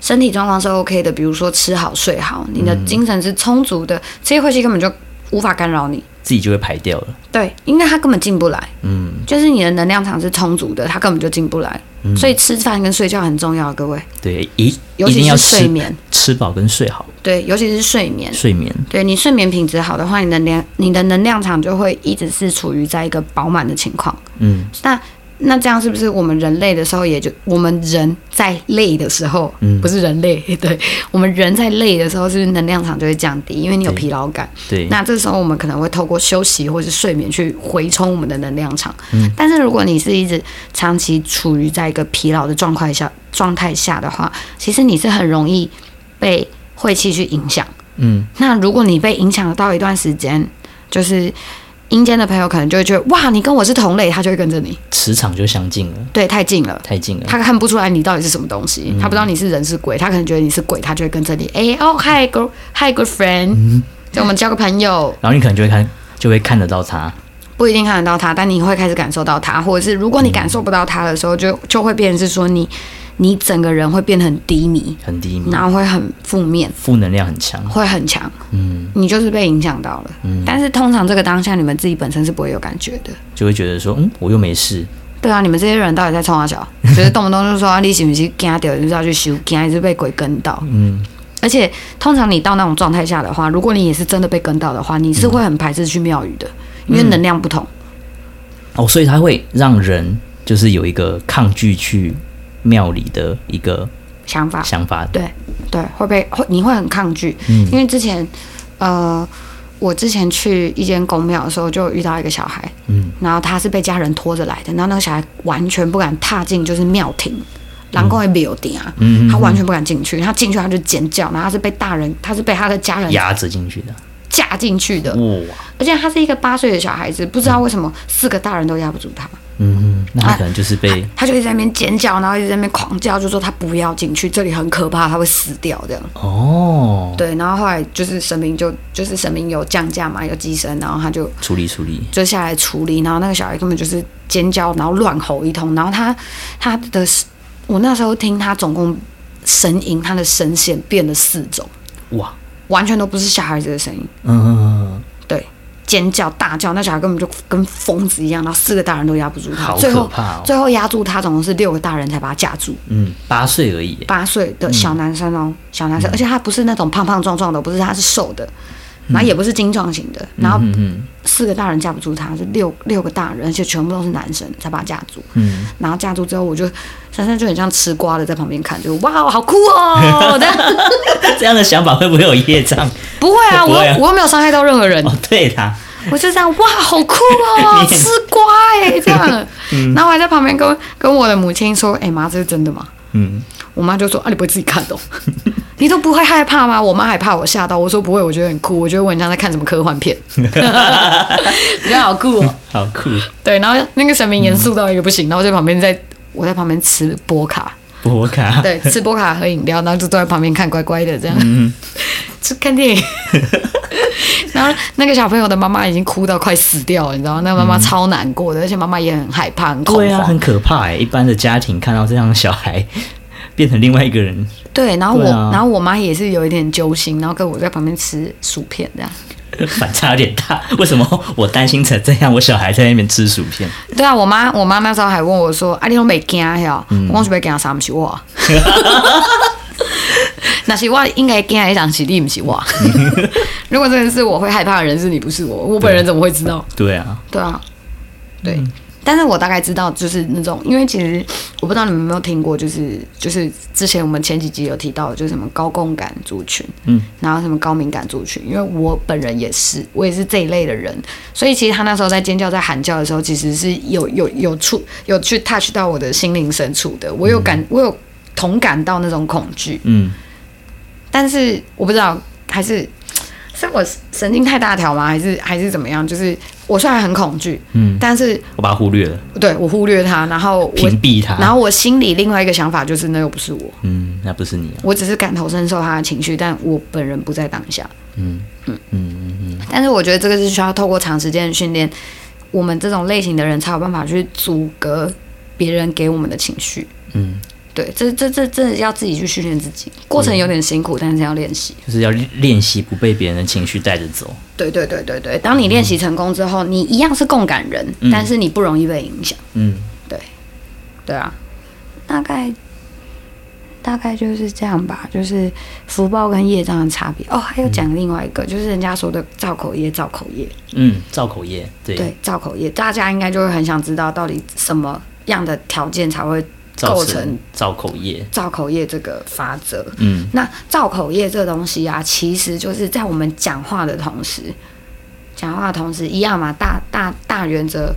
S1: 身体状况是 OK 的，比如说吃好睡好，你的精神是充足的，这些晦气根本就无法干扰你。
S2: 自己就会排掉了。
S1: 对，因为它根本进不来。
S2: 嗯，
S1: 就是你的能量场是充足的，它根本就进不来。所以吃饭跟睡觉很重要，各位，
S2: 对，一
S1: 尤
S2: 一定
S1: 其
S2: 要
S1: 是
S2: 吃
S1: 睡眠，
S2: 吃饱跟睡好，
S1: 对，尤其是睡眠。
S2: 睡眠
S1: 对你睡眠品质好的话，你的能你的能量场就会一直是处于在一个饱满的情况。
S2: 嗯
S1: 那那这样是不是我们人类的时候，也就我们人在累的时候，
S2: 嗯
S1: 不是人类， 对我们人在累的时候，是不是能量场就会降低？因为你有
S2: 对
S1: 疲劳感。
S2: 对，
S1: 那这时候我们可能会透过休息或是睡眠去回充我们的能量场。
S2: 嗯
S1: 但是如果你是一直长期处于在一个疲劳的状况下状态下的话，其实你是很容易被晦气去影响。
S2: 嗯
S1: 那如果你被影响到一段时间，就是阴间的朋友可能就会觉得哇，你跟我是同类，他就会跟着你，
S2: 磁场就相近了，
S1: 对，太近了。
S2: 太近了。
S1: 他看不出来你到底是什么东西，他不知道你是人是鬼，他可能觉得你是鬼，他就会跟着你。哎、哦，hi girl hi good friend，就我们交个朋友，
S2: 然后你可能就会看，就会看得到它。
S1: 不一定看得到它，但你会开始感受到它，或者是如果你感受不到它的时候，就就会变成是说你你整个人会变得很低迷，
S2: 很低迷，
S1: 然后会很负面，
S2: 负能量很强。
S1: 会很强，
S2: 嗯，
S1: 你就是被影响到了。但是通常这个当下你们自己本身是不会有感觉的。
S2: 就会觉得说，嗯，我又没事，
S1: 对啊，你们这些人到底在冲啊小？就是动不动就说、啊、你是不是惊掉，就是要去修，惊还是被鬼跟到？
S2: 嗯，
S1: 而且通常你到那种状态下的话，如果你也是真的被跟到的话，你是会很排斥去庙宇的，因为能量不同。
S2: 哦，所以它会让人就是有一个抗拒去庙里的一个
S1: 想法
S2: 想法。
S1: 对对，会被会你会很抗拒，
S2: 嗯
S1: 啊因为之前呃，我之前去一间公庙的时候，就遇到一个小孩，
S2: 嗯，
S1: 然后他是被家人拖着来的，然后那个小孩完全不敢踏进就是庙庭。狼公也没有顶啊，
S2: 嗯嗯嗯
S1: 他完全不敢进去，他进去他就尖叫，然后他是被大人，他是被他的家人
S2: 压嗯着进去的，
S1: 架进去的，
S2: 哇，
S1: 而且他是一个八岁的小孩子，不知道为什么四个大人都压不住他，
S2: 嗯，那他可能就是被、
S1: 他就一直在那边尖叫，然后一直在那边狂叫，就说他不要进去，这里很可怕，他会死掉这样。
S2: 啊哦，
S1: 对，然后后来就是神明就就是神明有降价嘛，有寄生，然后他就
S2: 处理处理，
S1: 就下来处理，然后那个小孩根本就是尖叫，然后乱吼一通，然后他他的我那时候听他总共声音，他的声线变了四种，
S2: 哇，
S1: 完全都不是小孩子的声音，
S2: 嗯嗯嗯，
S1: 对，尖叫大叫，那小孩根本就跟疯子一样，然后四个大人都压不住他，
S2: 好
S1: 最
S2: 可
S1: 后
S2: 怕哦，
S1: 最后压住他总共是六个大人才把他架住，
S2: 嗯，八岁而已， 嗯
S1: 八岁的小男生哦，小男生，而且他不是那种胖胖壮壮的，不是，他是瘦的，然后也不是精壮型的，然后
S2: 嗯嗯
S1: 四个大人架不住他，是六六个大人，而且全部都是男生才把他架住。
S2: 嗯，
S1: 然后架住之后，我就珊珊就很像吃瓜的在旁边看，就哇好酷哦， 这样
S2: 这样的想法会不会有业障？
S1: 不会啊，
S2: 不
S1: 我
S2: 会啊
S1: 又我又没有伤害到任何人，
S2: 哦，对啦，
S1: 我就这样哇，好酷哦，吃瓜哎、这样。 然后我还在旁边跟跟我的母亲说：“哎、妈，这是真的吗
S2: 嗯，？”
S1: 我妈就说：“啊，你不会自己看的哦、 你都不会害怕吗？”我妈还怕我吓到，我说：“不会，我觉得很酷，我觉得我很像在看什么科幻片，比较好酷哦。
S2: 好酷，”
S1: 对，然后那个神明严肃到一个不行，然后我在旁边在我在旁边吃波卡，
S2: 博 卡，
S1: 对，吃波卡喝饮料，然后就坐在旁边看乖乖的这样，
S2: 嗯
S1: 就看 电影。然后那个小朋友的妈妈已经哭到快死掉了，你知道吗？那个妈妈超难过的，而且妈妈也很害怕、很恐
S2: 对啊，
S1: 慌。
S2: 很可怕哎、一般的家庭看到这样的小孩 变成另外一个人，
S1: 对，然后我，
S2: 对啊
S1: 然后我妈也是有一点揪心，然后跟我在旁边吃薯片这样。
S2: 反差有点大。 为什么我担心成这样，我小孩在那边吃薯片？
S1: 对啊，我妈，我妈那时候还问我说：“啊，你都没惊呀？
S2: 嗯
S1: 我讲是要惊啊啥？不是 我。那是我应该惊的人是你，不是 我。如果真的是我会害怕的人是你，不是我，我本人怎么会知道？”
S2: 对啊，
S1: 对啊，对。
S2: 嗯
S1: 但是我大概知道，就是那种，因为其实我不知道你们有没有听过，就是就是之前我们前几集有提到的，就是什么高共感族群，
S2: 嗯，
S1: 然后什么高敏感族群，因为我本人也是，我也是这一类的人，所以其实他那时候在尖叫、在喊叫的时候，其实是有有有触有去 touch 到我的心灵深处的，我有感，我有同感到那种恐惧，
S2: 嗯，
S1: 但是我不知道还是是我神经太大条吗？还是还是怎么样？就是我虽然很恐惧，
S2: 嗯
S1: 但是
S2: 我把他忽略了，
S1: 对我忽略它，然后我
S2: 屏蔽他。
S1: 然后我心里另外一个想法就是那又不是我，
S2: 嗯，那不是你啊。
S1: 我只是感同身受他的情绪，但我本人不在当下。
S2: 嗯
S1: 嗯嗯。但是我觉得这个是需要透过长时间的训练，我们这种类型的人才有办法去阻隔别人给我们的情绪。
S2: 嗯，
S1: 对，这这这这要自己去训练自己，过程有点辛苦，但是要练习。
S2: 就是要练习不被别人的情绪带着走。
S1: 对对对对对，当你练习成功之后，你一样是共感人，
S2: 嗯
S1: 但是你不容易被影响。
S2: 嗯，
S1: 对啊，大概大概就是这样吧，就是福报跟业障的差别。哦，还有讲另外一个，就是人家说的造口业，造口业，
S2: 嗯，造口业，对，
S1: 对，造口业，大家应该就会很想知道到底什么样的条件才会
S2: 造
S1: 构
S2: 成
S1: 成
S2: 造口业。
S1: 造口业这个法则。
S2: 嗯
S1: 那造口业这东西啊，其实就是在我们讲话的同时，讲话的同时一样嘛，大大大原则，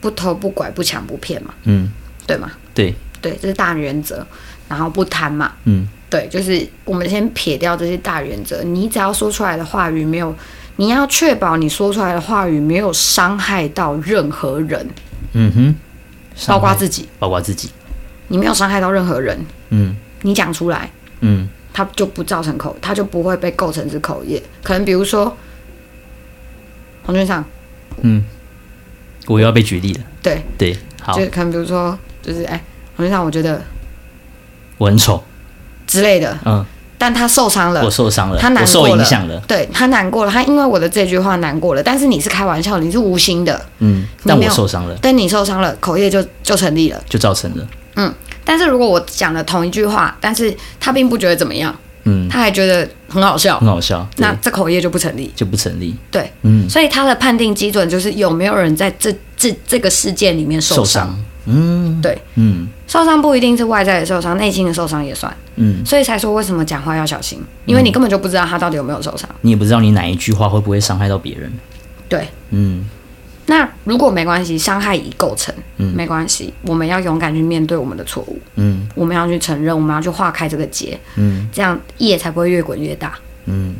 S1: 不偷不拐不抢不骗嘛，
S2: 嗯，
S1: 对吗？
S2: 对，
S1: 对，这是大原则，然后不贪嘛，
S2: 嗯
S1: 对，就是我们先撇掉这些大原则，你只要说出来的话语没有，你要确保你说出来的话语没有伤害到任何人，
S2: 嗯哼，
S1: 包
S2: 伤
S1: 括
S2: 害
S1: 自己，
S2: 包括自己。
S1: 你没有伤害到任何人，
S2: 嗯
S1: 你讲出来，
S2: 嗯
S1: 它就不造成口，它就不会被构成是口业。可能比如说，黄俊上，
S2: 嗯，我又要被举例了。
S1: 对，
S2: 对，好
S1: 就，是可能比如说，就是哎，黄俊上，我觉得
S2: 我很丑。
S1: 之类的，
S2: 嗯，
S1: 但他受伤了
S2: 我，受伤了，
S1: 他难
S2: 我
S1: 过
S2: 受
S1: 了，
S2: 影响了。
S1: 对他难过了，他因为我的这句话难过了，但是你是开玩笑，你是无心的，
S2: 嗯，但
S1: 你没
S2: 我
S1: 有
S2: 受伤了，
S1: 但你受伤了，口业就就成立了。
S2: 就造成了。
S1: 但是如果我讲了同一句话，但是他并不觉得怎么样，
S2: 嗯，
S1: 他还觉得很好笑
S2: 很，好笑。对
S1: 那这口业就不成立。
S2: 就不成立。
S1: 对，
S2: 嗯，
S1: 所以他的判定基准就是有没有人在这这这个事件里面受
S2: 受
S1: 伤。
S2: 伤。嗯，
S1: 对，
S2: 嗯
S1: 受伤不一定是外在的受伤，内心的受伤也算，
S2: 嗯，
S1: 所以才说为什么讲话要小心，因为你根本就不知道他到底有没有受伤。
S2: 你也不知道你哪一句话会不会伤害到别人。
S1: 对，
S2: 嗯
S1: 那如果没关系，伤害已构成，
S2: 嗯
S1: 没关系，我们要勇敢去面对我们的错误，
S2: 嗯
S1: 我们要去承认，我们要去化开这个结，
S2: 嗯
S1: 这样业才不会越滚越大。
S2: 嗯，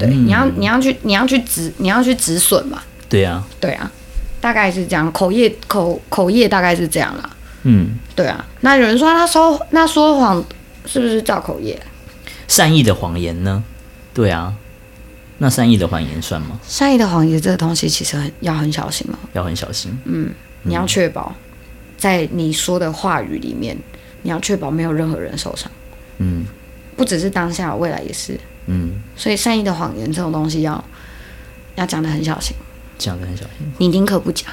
S1: 对，你要你要去你要去止你要去止损嘛，
S2: 对啊，
S1: 对啊，大概是这样，口业口口业大概是这样啦，
S2: 嗯，
S1: 对啊。那有人说他说那说谎是不是造口业？
S2: 善意的谎言呢？对啊，那善意的谎言算吗？
S1: 善意的谎言这个东西其实很要很小心哦，
S2: 要很小心。
S1: 你要确保在你说的话语里面，你要确保没有任何人受伤，
S2: 嗯
S1: 不只是当下，未来也是。
S2: 嗯，
S1: 所以善意的谎言这种东西要要讲的很小心，
S2: 讲的很小心，
S1: 你宁可不讲，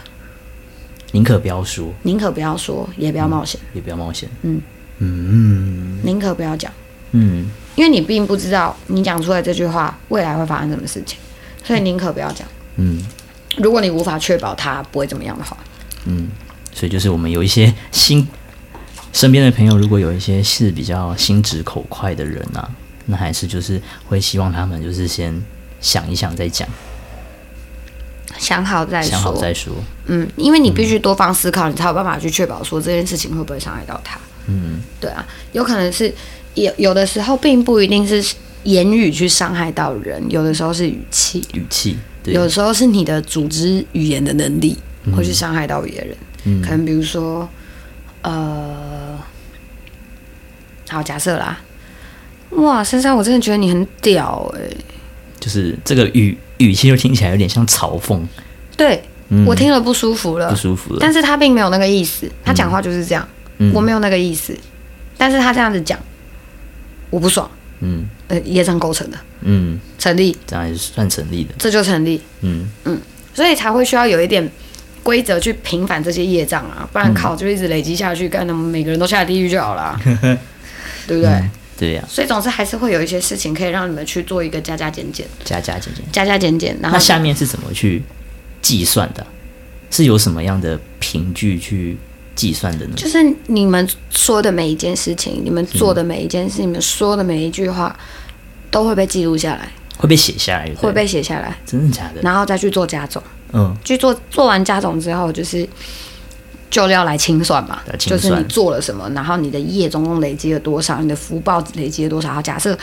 S2: 宁可不要说，
S1: 宁可不要说，也不要冒险，
S2: 也不要冒险。
S1: 嗯
S2: 嗯
S1: 宁可不要讲。
S2: 嗯
S1: 因为你并不知道你讲出来这句话未来会发生什么事情，所以宁可不要讲。
S2: 嗯，
S1: 如果你无法确保它不会怎么样的话，
S2: 嗯所以就是我们有一些心身边的朋友，如果有一些是比较心直口快的人啊，那还是就是会希望他们就是先想一想再讲，
S1: 想好再说。
S2: 想好再说。
S1: 嗯，因为你必须多方思考，你才有办法去确保说这件事情会不会伤害到他。
S2: 嗯，
S1: 对啊，有可能是有有的时候并不一定是言语去伤害到人，有的时候是语气，
S2: 语气对，
S1: 有的时候是你的组织语言的能力会去伤害到别人。
S2: 嗯
S1: 可能比如说，呃，好，假设啦，哇，珊珊，我真的觉得你很屌哎、
S2: 就是这个语语气就听起来有点像嘲讽，
S1: 对、
S2: 嗯
S1: 我听了不舒服了，
S2: 不舒服了。
S1: 但是他并没有那个意思，他讲话就是这样，
S2: 嗯
S1: 我没有那个意思，但是他这样子讲，我不爽，
S2: 嗯
S1: 呃，业障构成的，
S2: 嗯，
S1: 成立，
S2: 这样还是算成立的。
S1: 这就成立，
S2: 嗯，
S1: 所以才会需要有一点规则去平反这些业障啊，不
S2: 嗯
S1: 然靠就一直累积下去，干他们每个人都下地狱就好了 啊，对不对？
S2: 嗯对啊呀、
S1: 所以总是还是会有一些事情可以让你们去做一个加加减减，
S2: 加加减减。
S1: 加加减减，然后
S2: 那下面是怎么去计算的？啊是有什么样的凭据去计算的呢？
S1: 就是你们说的每一件事情，你们做的每一件事，你们说的每一句话，都会被记录下来，
S2: 会被写下来就对了，
S1: 会被写下来，
S2: 真的假的？
S1: 然后再去做加总。
S2: 嗯，
S1: 去做做完加总之后，就是就要来清算嘛，
S2: 来清
S1: 就
S2: 算
S1: 是你做了什么，然后你的业总共累积了多少，你的福报累积了多少。好，假设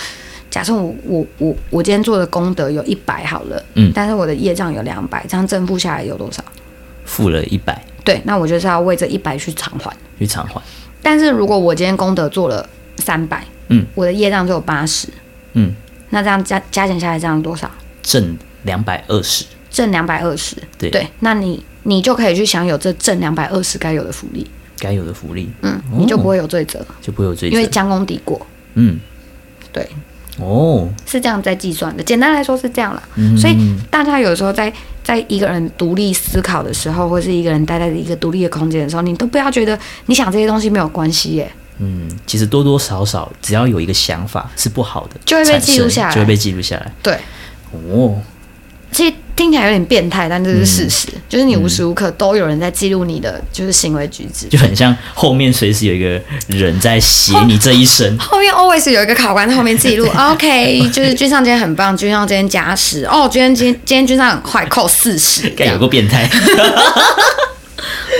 S1: 假设我我我我今天做的功德有一百好了，
S2: 嗯
S1: 但是我的业障有两百，这样正负下来有多少？
S2: 付了一百
S1: 对，那我就是要为这一百去偿还。
S2: 去偿还。
S1: 但是如果我今天功德做了三百，
S2: 嗯，
S1: 我的业障只有八十，
S2: 嗯，
S1: 那这样加加减下来这样多少？
S2: 挣两百二十，
S1: 正两百二十，
S2: 对
S1: 对，那你你就可以去享有这正两百二十该有的福利。
S2: 该有的福利，
S1: 嗯，
S2: 哦
S1: 你就不会有罪责，
S2: 就不会有罪
S1: 因为
S2: 责。
S1: 将功抵过，
S2: 嗯，
S1: 对，
S2: 哦，
S1: 是这样在计算的。简单来说是这样啦，
S2: 嗯
S1: 所以大家有时候在在一个人独立思考的时候，或是一个人待在一个独立的空间的时候，你都不要觉得你想这些东西没有关系耶，
S2: 嗯，其实多多少少只要有一个想法是不好的，
S1: 就会被记录下来
S2: 产生就会被记录下来。
S1: 对，
S2: 哦，
S1: 其实听起来有点变态，但这是事实，就是你无时无刻都有人在记录你的就是行为举止。
S2: 就很像后面随时有一个人在写你这 一生。
S1: 后面 always 有一个考官在后面 记录，OK，就是君上今天很棒，君上今天加十，哦，今天今天今天君上很坏，扣四 十，这
S2: 该有
S1: 样
S2: 个变态，
S1: 啊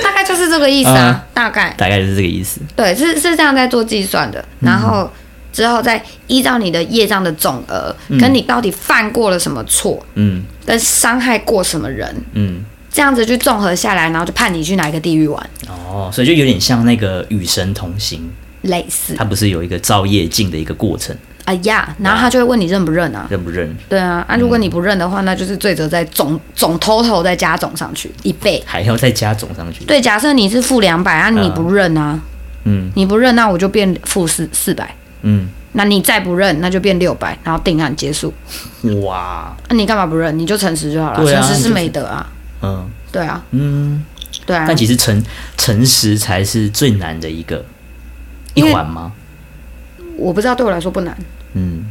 S1: 大概就是这个意思啊，大嗯概
S2: 大概就是这个意思。
S1: 对，是是这样在做计算的，然后之后再依照你的业障的总额，跟你到底犯过了什么错，
S2: 嗯
S1: 跟伤害过什么人，
S2: 嗯，
S1: 这样子去综合下来，然后就判你去哪一个地狱玩，
S2: 哦，所以就有点像那个与神同行，
S1: 类似
S2: 它不是有一个照业镜的一个过程，
S1: 啊呀，然后他就会问你认不认啊。
S2: 认不认？
S1: 对啊，啊，如果你不认的话，那就是罪责在总总 total 再加总上去一倍。
S2: 还要再加总上去。
S1: 对，假设你是负两百啊，你不认啊，
S2: 嗯
S1: 你不认，那我就变负四四百，
S2: 嗯，
S1: 那你再不认，那就变六百，然后定案结束。啊
S2: 哇，
S1: 那、你干嘛不认？你就诚实就好了，
S2: 对
S1: 诚、
S2: 啊
S1: 实
S2: 就是是
S1: 美德啊，
S2: 嗯
S1: 对啊，
S2: 嗯，
S1: 对啊。
S2: 但其实诚诚实才是最难的一个一
S1: 因为
S2: 环吗？
S1: 我不知道对我来说不难，
S2: 嗯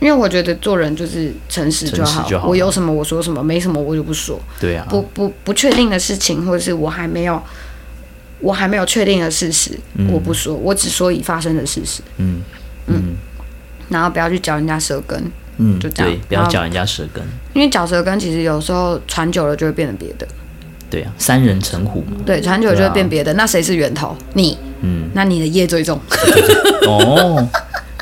S1: 因为我觉得做人就是诚实就
S2: 诚
S1: 好，
S2: 实就好
S1: 我有什么我说什么，没什么我就不说。，
S2: 对啊，
S1: 不不不确定的事情，或者是我还没有我还没有确定的事实，我不说，我只说已发生的事实，
S2: 嗯嗯
S1: 然后不要去嚼人家舌根，
S2: 嗯，
S1: 就这样
S2: 对，不要
S1: 然后
S2: 嚼人家舌根。
S1: 因为嚼舌根其实有时候传久了就会变成别的，
S2: 对啊，三人成虎 嘛。
S1: 对，传久了就会
S2: 对啊
S1: 变别的。那谁是源头？你，
S2: 嗯，
S1: 那你的业最 重。
S2: 哦，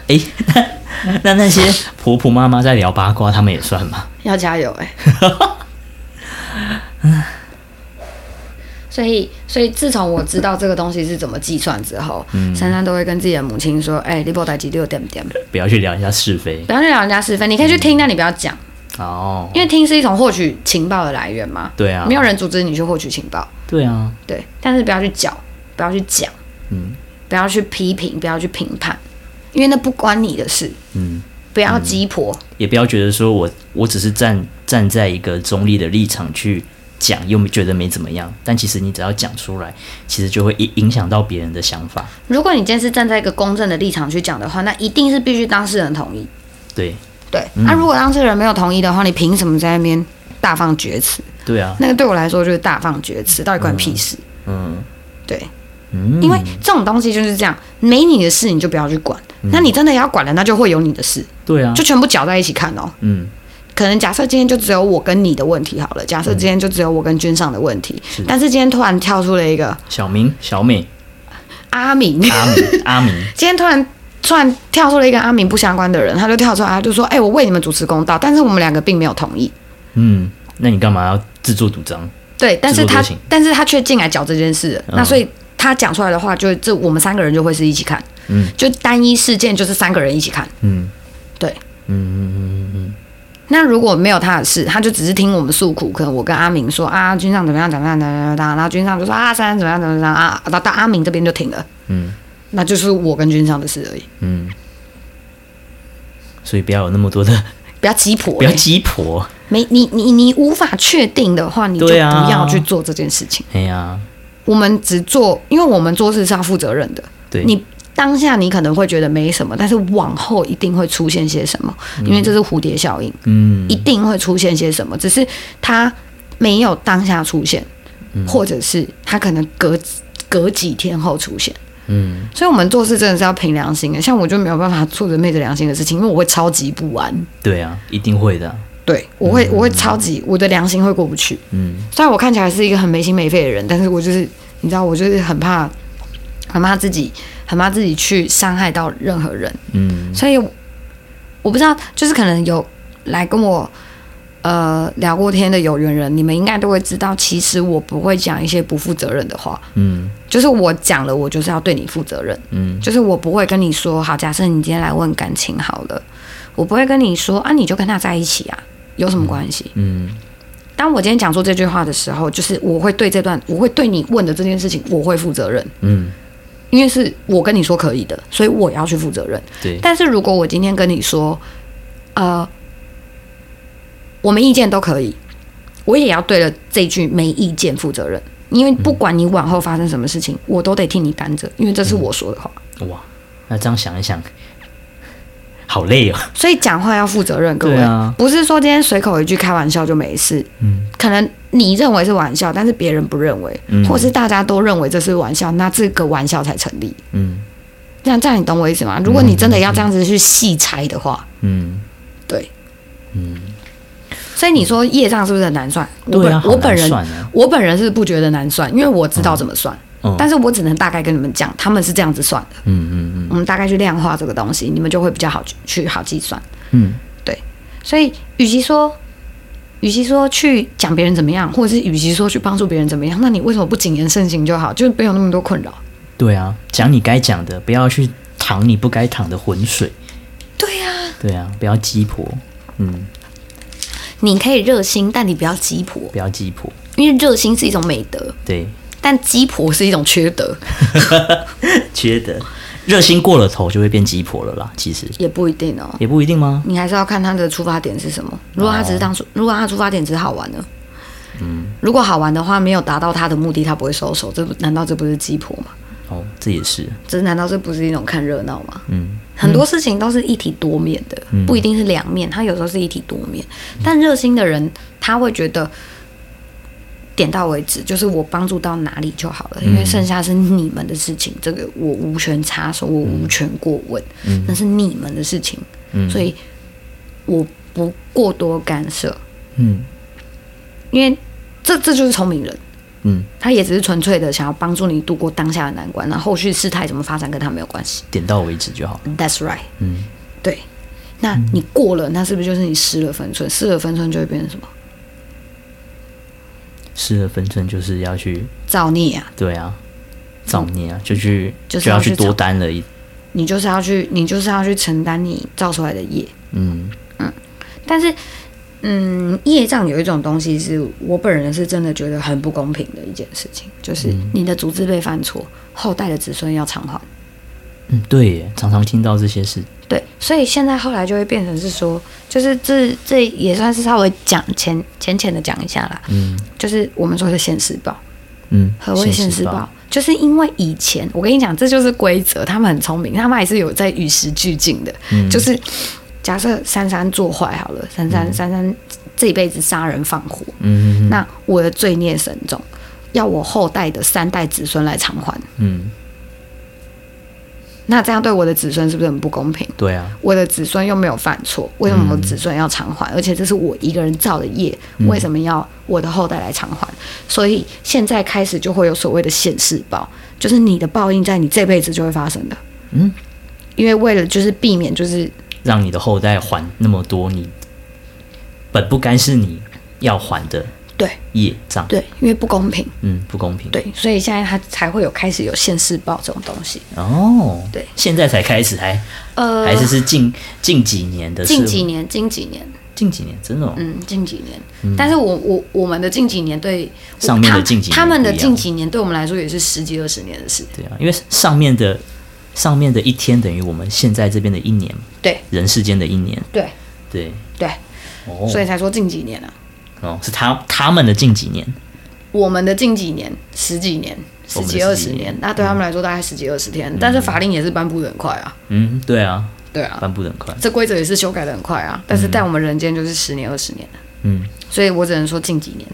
S2: 哎、 那那那些婆婆妈妈在聊八卦，他们也算吗？
S1: 要加油 哎、所以，所以自从我知道这个东西是怎么计算之后，
S2: 嗯
S1: 珊珊都会跟自己的母亲说：“哎、你不台几六点点，
S2: 不要去聊人家是非
S1: 不要去聊人家是非，你可以去
S2: 嗯
S1: 听，但你不要讲，
S2: 哦。
S1: 因为听是一种获取情报的来源嘛。
S2: 对啊，
S1: 没有人阻止你去获取情报，
S2: 对啊，
S1: 对，但是不要去搅，不要去讲，
S2: 嗯
S1: 不要去批评，不要去评判，因为那不关你的事。
S2: 嗯，
S1: 不要鸡婆，
S2: 也不要觉得说我我只是站站在一个中立的立场去讲又觉得没怎么样，但其实你只要讲出来，其实就会影影响到别人的想法。
S1: 如果你今天是站在一个公正的立场去讲的话，那一定是必须当事人同意。
S2: 对，
S1: 对，
S2: 嗯
S1: 那、如果当事人没有同意的话，你凭什么在那边大放厥词？
S2: 对啊，
S1: 那个对我来说就是大放厥词，到底关你屁事？
S2: 嗯
S1: 对，
S2: 嗯，
S1: 因为这种东西就是这样，没你的事你就不要去管，那你真的要管了，那就会有你的事，
S2: 对嗯啊
S1: 就，全部搅在一起看哦。
S2: 嗯
S1: 可能假设今天就只有我跟你的问题好了，假
S2: 嗯
S1: 设今天就只有我跟君上的问题，但是今天突然跳出了一个
S2: 小明、小美、
S1: 阿明，
S2: 阿明、 阿明，
S1: 今天突然突然跳出了一个阿明不相关的人，他就跳出来，他就说：“哎、我为你们主持公道，但是我们两个并没有同意。
S2: 嗯，那你干嘛要自作主张？”
S1: 对，但是他
S2: 自作多情
S1: 但是他却进来搅这件事了，
S2: 嗯
S1: 那所以他讲出来的话，就这我们三个人就会是一起看，
S2: 嗯，
S1: 就单一事件就是三个人一起看。
S2: 嗯，
S1: 对，
S2: 嗯嗯嗯嗯
S1: 那如果没有他的事，他就只是听我们诉苦，可能我跟阿明说啊，军上怎么样怎么样怎么样，怎么样然后军上就说啊，三怎么样怎么样啊，到到阿明这边就停了，
S2: 嗯
S1: 那就是我跟军上的事而已，
S2: 嗯嗯，所以不要有那么多的，
S1: 不要鸡婆、
S2: 不要鸡婆。
S1: 没你你你无法确定的话，你就不
S2: 对啊
S1: 要去做这件事情。
S2: 哎呀，
S1: 我们只做，因为我们做事是要负责任的。
S2: 对，
S1: 你当下你可能会觉得没什么，但是往后一定会出现些什么，因为这是蝴蝶效应，
S2: 嗯
S1: 一定会出现些什么，只是它没有当下出现，
S2: 嗯
S1: 或者是它可能隔隔几天后出现。
S2: 嗯，
S1: 所以，我们做事真的是要凭良心的。像我就没有办法做着昧着良心的事情，因为我会超级不安。
S2: 对啊，一定会的啊。
S1: 对，我会，我会超级，我的良心会过不去。
S2: 嗯
S1: 虽然我看起来是一个很没心没肺的人，但是我就是你知道，我就是很怕，很怕自己，很怕自己去伤害到任何人，
S2: 嗯
S1: 所以我不知道，就是可能有来跟我呃聊过天的有缘人，你们应该都会知道，其实我不会讲一些不负责任的话，
S2: 嗯
S1: 就是我讲了，我就是要对你负责任。
S2: 嗯
S1: 就是我不会跟你说，好，假设你今天来问感情好了，我不会跟你说啊，你就跟他在一起啊，有什么关系？
S2: 嗯
S1: 当我今天讲出这句话的时候，就是我会对这段，我会对你问的这件事情，我会负责任，
S2: 嗯，
S1: 因为是我跟你说可以的，所以我要去负责任。
S2: 对，
S1: 但是如果我今天跟你说，呃，我们意见都可以，我也要对了这句没意见负责任，因为不管你往后发生什么事情，我都得替你担着，因为这是我说的话。
S2: 哇，那这样想一想，好累哦。
S1: 所以讲话要负责 任，各位，
S2: 对啊
S1: 不是说今天随口一句开玩笑就没事。
S2: 嗯
S1: 可能你认为是玩笑，但是别人不认为，
S2: 嗯
S1: 或是大家都认为这是玩笑，那这个玩笑才成立。
S2: 嗯
S1: 这样这样，你懂我意思吗？如果你真的要这样子去细拆的话，
S2: 嗯
S1: 对，
S2: 嗯，
S1: 所以你说业障是不是很难算？我
S2: 对
S1: 本、
S2: 啊，
S1: 我
S2: 好
S1: 本
S2: 难
S1: 人
S2: 算啊。
S1: 我本人是不觉得难算，因为我知道怎么算，
S2: 嗯
S1: 但是我只能大概跟你们讲，他们是这样子算的。
S2: 嗯嗯
S1: 我们大概去量化这个东西，你们就会比较好去去好计算。
S2: 嗯
S1: 所以，与其说，与其说去讲别人怎么样，或者是与其说去帮助别人怎么样，那你为什么不谨言慎行就好？就是没有那么多困扰。
S2: 嗯，对啊，讲你该讲的，不要去淌你不该淌的浑水。
S1: 对呀、
S2: 对啊，不要鸡婆。嗯，
S1: 你可以热心，但你不要鸡婆，
S2: 不要鸡婆。
S1: 因为热心是一种美德，
S2: 对，
S1: 但鸡婆是一种缺德，
S2: 觉得热心过了头就会变鸡婆了啦。其实
S1: 也不一定哦。
S2: 也不一定吗？
S1: 你还是要看他的出发点是什么。如果他只是当初，如果他出发点只是好玩呢？嗯，如果好玩的话，没有达到他的目的，他不会收手。这不难道这不是鸡婆吗？
S2: 哦，这也是。
S1: 这难道这不是一种看热闹吗？
S2: 嗯
S1: 很多事情都是一体多面的，不一定是两面，它有时候是一体多面。但热心的人，他会觉得点到为止，就是我帮助到哪里就好了，因为剩下是你们的事情，这个我无权插手，我无权过问，那是你们的事情，
S2: 嗯
S1: 所以我不过多干涉，
S2: 嗯
S1: 因为这这就是聪明人。
S2: 嗯，
S1: 他也只是纯粹的想要帮助你度过当下的难关，那后续事态怎么发展跟他没有关系。
S2: 点到为止就好了。
S1: That's right。
S2: 嗯，
S1: 对，那你过了，那是不是就是你失了分寸？失了分寸就会变成什么？
S2: 失了分寸就是要去
S1: 造孽啊！
S2: 对啊，造孽啊，就去
S1: 就是
S2: 要
S1: 要去
S2: 去多
S1: 找
S2: 担了一
S1: 你就是要去，你就是要去承担你造出来的业。
S2: 嗯
S1: 但是，嗯，业障有一种东西是我本人是真的觉得很不公平的一件事情，就是你的祖字辈犯错，后代的子孙要偿还。
S2: 嗯，对耶，常常听到这些事。
S1: 对，所以现在后来就会变成是说，就是这这也算是稍微讲浅浅浅的讲一下啦，
S2: 嗯
S1: 就是我们说的现实报，
S2: 嗯，
S1: 何谓现实报
S2: 报？？
S1: 就是因为以前，我跟你讲，这就是规则，他们很聪明，他们还是有在与时俱进的。
S2: 嗯
S1: 就是假设珊珊做坏好了，珊珊、珊珊这一辈子杀人放火，
S2: 嗯嗯
S1: 那我的罪孽深重，要我后代的三代子孙来偿还，
S2: 嗯，
S1: 那这样对我的子孙是不是很不公平？
S2: 对啊，
S1: 我的子孙又没有犯错，为什么我
S2: 嗯
S1: 子孙要偿还？而且这是我一个人造的业，为什么要我的后代来偿还？所以现在开始就会有所谓的现世报，就是你的报应在你这辈子就会发生的。
S2: 嗯，
S1: 因为为了就是避免就是
S2: 让你的后代还那么多，你本不该是你要还的
S1: 对
S2: 业障，
S1: 对，因为不公平，
S2: 嗯，不公平。
S1: 对，所以现在他才会有开始有现世报这种东西。
S2: 哦，
S1: 对
S2: 现在才开始还，
S1: 呃，
S2: 还是是近近几年的事物，
S1: 近几年，近几年，
S2: 近几年，真的哦，
S1: 嗯，近几年。但是我我我们的近几年对
S2: 上面的近几年
S1: 他，他们的
S2: 不一样
S1: 近几年对我们来说也是十几二十年的事。
S2: 对啊，因为上面的上面的一天等于我们现在这边的一年，
S1: 对
S2: 人世间的一年，
S1: 对
S2: 对，
S1: 对，
S2: 哦，
S1: 所以才说近几年啊，
S2: 哦是他他们的近几年，
S1: 我们的近几年十几年、十
S2: 我们的
S1: 几
S2: 十
S1: 二
S2: 几
S1: 十年
S2: 年，
S1: 那对他们来说大概十几二十天，但是法令也是颁布的很快啊，
S2: 嗯，对啊，
S1: 对啊，
S2: 颁布的很快，
S1: 这规则也是修改的很快啊，但是在我们人间就是十年二十年，
S2: 嗯，
S1: 所以我只能说近几年，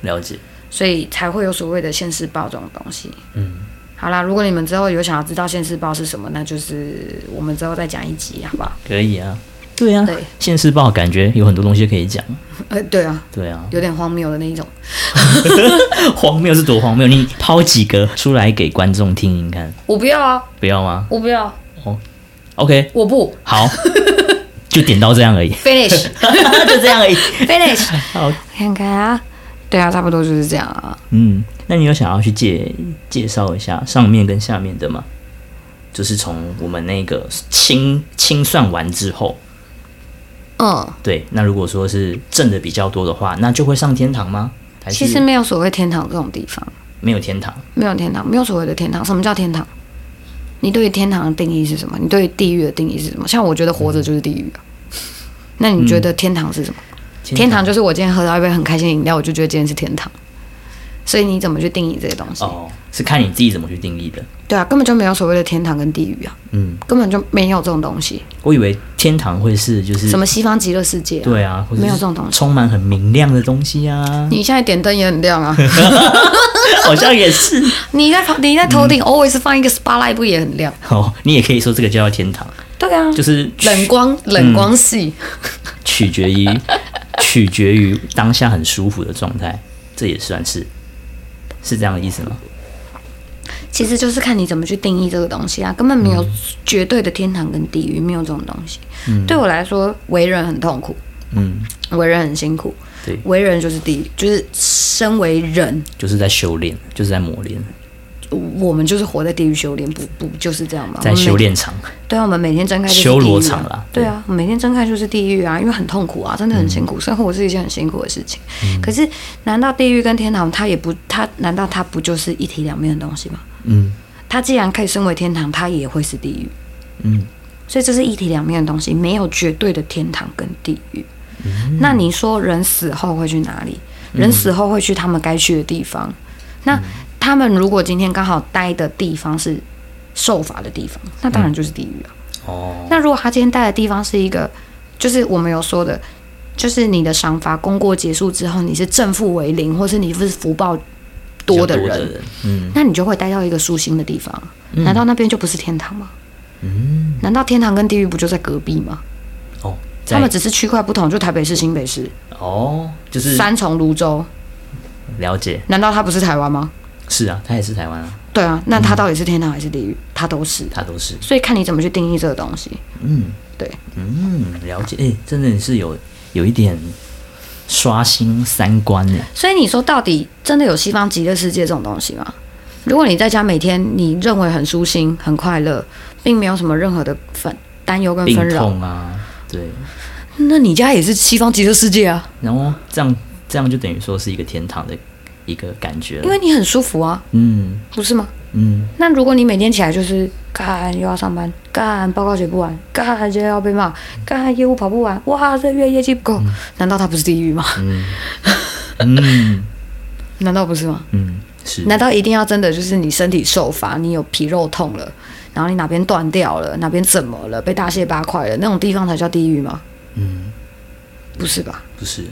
S2: 了解，
S1: 所以才会有所谓的现世报这种东西。
S2: 嗯，
S1: 好啦，如果你们之后有想要知道现世报是什么，那就是我们之后再讲一集，好不好？
S2: 可以啊，对啊，
S1: 对，
S2: 现世报感觉有很多东西可以讲，
S1: 呃，对啊，
S2: 对啊，
S1: 有点荒谬的那一种。
S2: 荒谬是多荒谬，你抛几个出来给观众听听看，
S1: 我不要啊，
S2: 不要吗
S1: 我不要，
S2: ？OK，
S1: 我 不
S2: 好，就点到这样而 已，
S1: finish
S2: 就这样而已。
S1: finish。
S2: 好，
S1: 看看啊，对啊，差不多就是这样啊。
S2: 嗯，那你有想要去介介绍一下上面跟下面的吗？就是从我们那个清清算完之后，
S1: 嗯，
S2: 对，那如果说是挣的比较多的话，那就会上天堂吗？还是
S1: 其实没有所谓天堂这种地方，
S2: 没有天堂，
S1: 没有天堂，没有所谓的天堂。什么叫天堂？你对于天堂的定义是什么？你对于地狱的定义是什么？像我觉得活着就是地狱啊。那你觉得天堂是什么？
S2: 嗯
S1: 天堂就是我今天喝到一杯很开心的饮料，我就觉得今天是天堂。所以你怎么去定义这些东西？
S2: 哦，是看你自己怎么去定义的。
S1: 对啊，根本就没有所谓的天堂跟地狱啊，
S2: 嗯，
S1: 根本就没有这种东西。
S2: 我以为天堂会是就是
S1: 什么西方极乐世界、啊？
S2: 嗯对啊，或者是
S1: 没有这种东西
S2: 充满很明亮的东西啊，
S1: 你现在点灯也很亮啊，
S2: 好像也是
S1: 你在你在头顶 always 放一个 spotlight 不也很亮？
S2: 哦。你也可以说这个叫天堂，
S1: 对啊，
S2: 就是嗯
S1: 冷光冷光系，
S2: 取决于取决于当下很舒服的状态，这也算是是这样的意思吗？
S1: 其实就是看你怎么去定义这个东西啊，根本没有
S2: 嗯
S1: 绝对的天堂跟地狱，没有这种东西。对我来说，为人很痛苦，
S2: 嗯，
S1: 为人很辛苦，
S2: 对，
S1: 为人就是地狱，就是身为人，
S2: 就是在修炼，就是在磨练，
S1: 我们就是活在地狱修炼，不不就是这样吗？
S2: 在
S1: 我们每
S2: 修。炼场。
S1: 对啊，我们每天睁开就是地狱、
S2: 修
S1: 啊、
S2: 罗场啦
S1: 对啊，我们每天睁开就是地狱啊，因为很痛苦啊，真的很辛
S2: 嗯
S1: 苦，生活是一件很辛苦的事情。可是，难道地狱跟天堂它也不它难道它不就是一体两面的东西吗？
S2: 嗯
S1: 它既然可以升为天堂，它也会是地狱，
S2: 嗯，
S1: 所以这是一体两面的东西，没有绝对的天堂跟地狱。
S2: 嗯
S1: 那你说人死后会去哪里？人死后会去他们该去的地方。
S2: 嗯
S1: 那他们如果今天刚好待的地方是受罚的地方，那
S2: 嗯
S1: 当然就是地狱啊。
S2: 哦，
S1: 那如果他今天待的地方是一个，就是我们有说的，就是你的赏罚功过结束之后，你是正负为零，或是你是福报多的
S2: 比较
S1: 人，
S2: 多的人，嗯
S1: 那你就会待到一个舒心的地方。
S2: 嗯
S1: 难道那边就不是天堂吗？
S2: 嗯，
S1: 难道天堂跟地狱不就在隔壁吗？
S2: 哦，在
S1: 他们只是区块不同，就台北市、新北市、
S2: 哦，就是
S1: 三重、泸州，
S2: 了解，
S1: 难道它不是台湾吗？
S2: 是啊，他也是台湾啊，
S1: 对啊，那它到底是天堂还是地狱？它都是。
S2: 他都是，
S1: 所以看你怎么去定义这个东西。
S2: 嗯，
S1: 对，
S2: 嗯，了解，哎、真的是有有一点刷新三观呢，
S1: 所以你说到底真的有西方极乐世界这种东西吗？如果你在家每天你认为很舒心、很快乐，并没有什么任何的烦担忧跟
S2: 病
S1: 纷扰，
S2: 痛啊，对，
S1: 那你家也是西方极乐世界啊？
S2: 然后这样这样就等于说是一个天堂的。一个感觉了。
S1: 因为你很舒服啊，
S2: 嗯
S1: 不是吗？
S2: 嗯，
S1: 那如果你每天起来就是干又要上班，干报告写不完，干就要被骂，干业务跑不完，哇，这月业绩不够，难道它不是地狱吗？
S2: 嗯
S1: 难道不是吗？
S2: 嗯，是。
S1: 难道一定要真的就是你身体受罚，你有皮肉痛了，然后你哪边断掉了，哪边怎么了，被大卸八块了，那种地方才叫地狱吗？
S2: 嗯，
S1: 不是吧？
S2: 不是。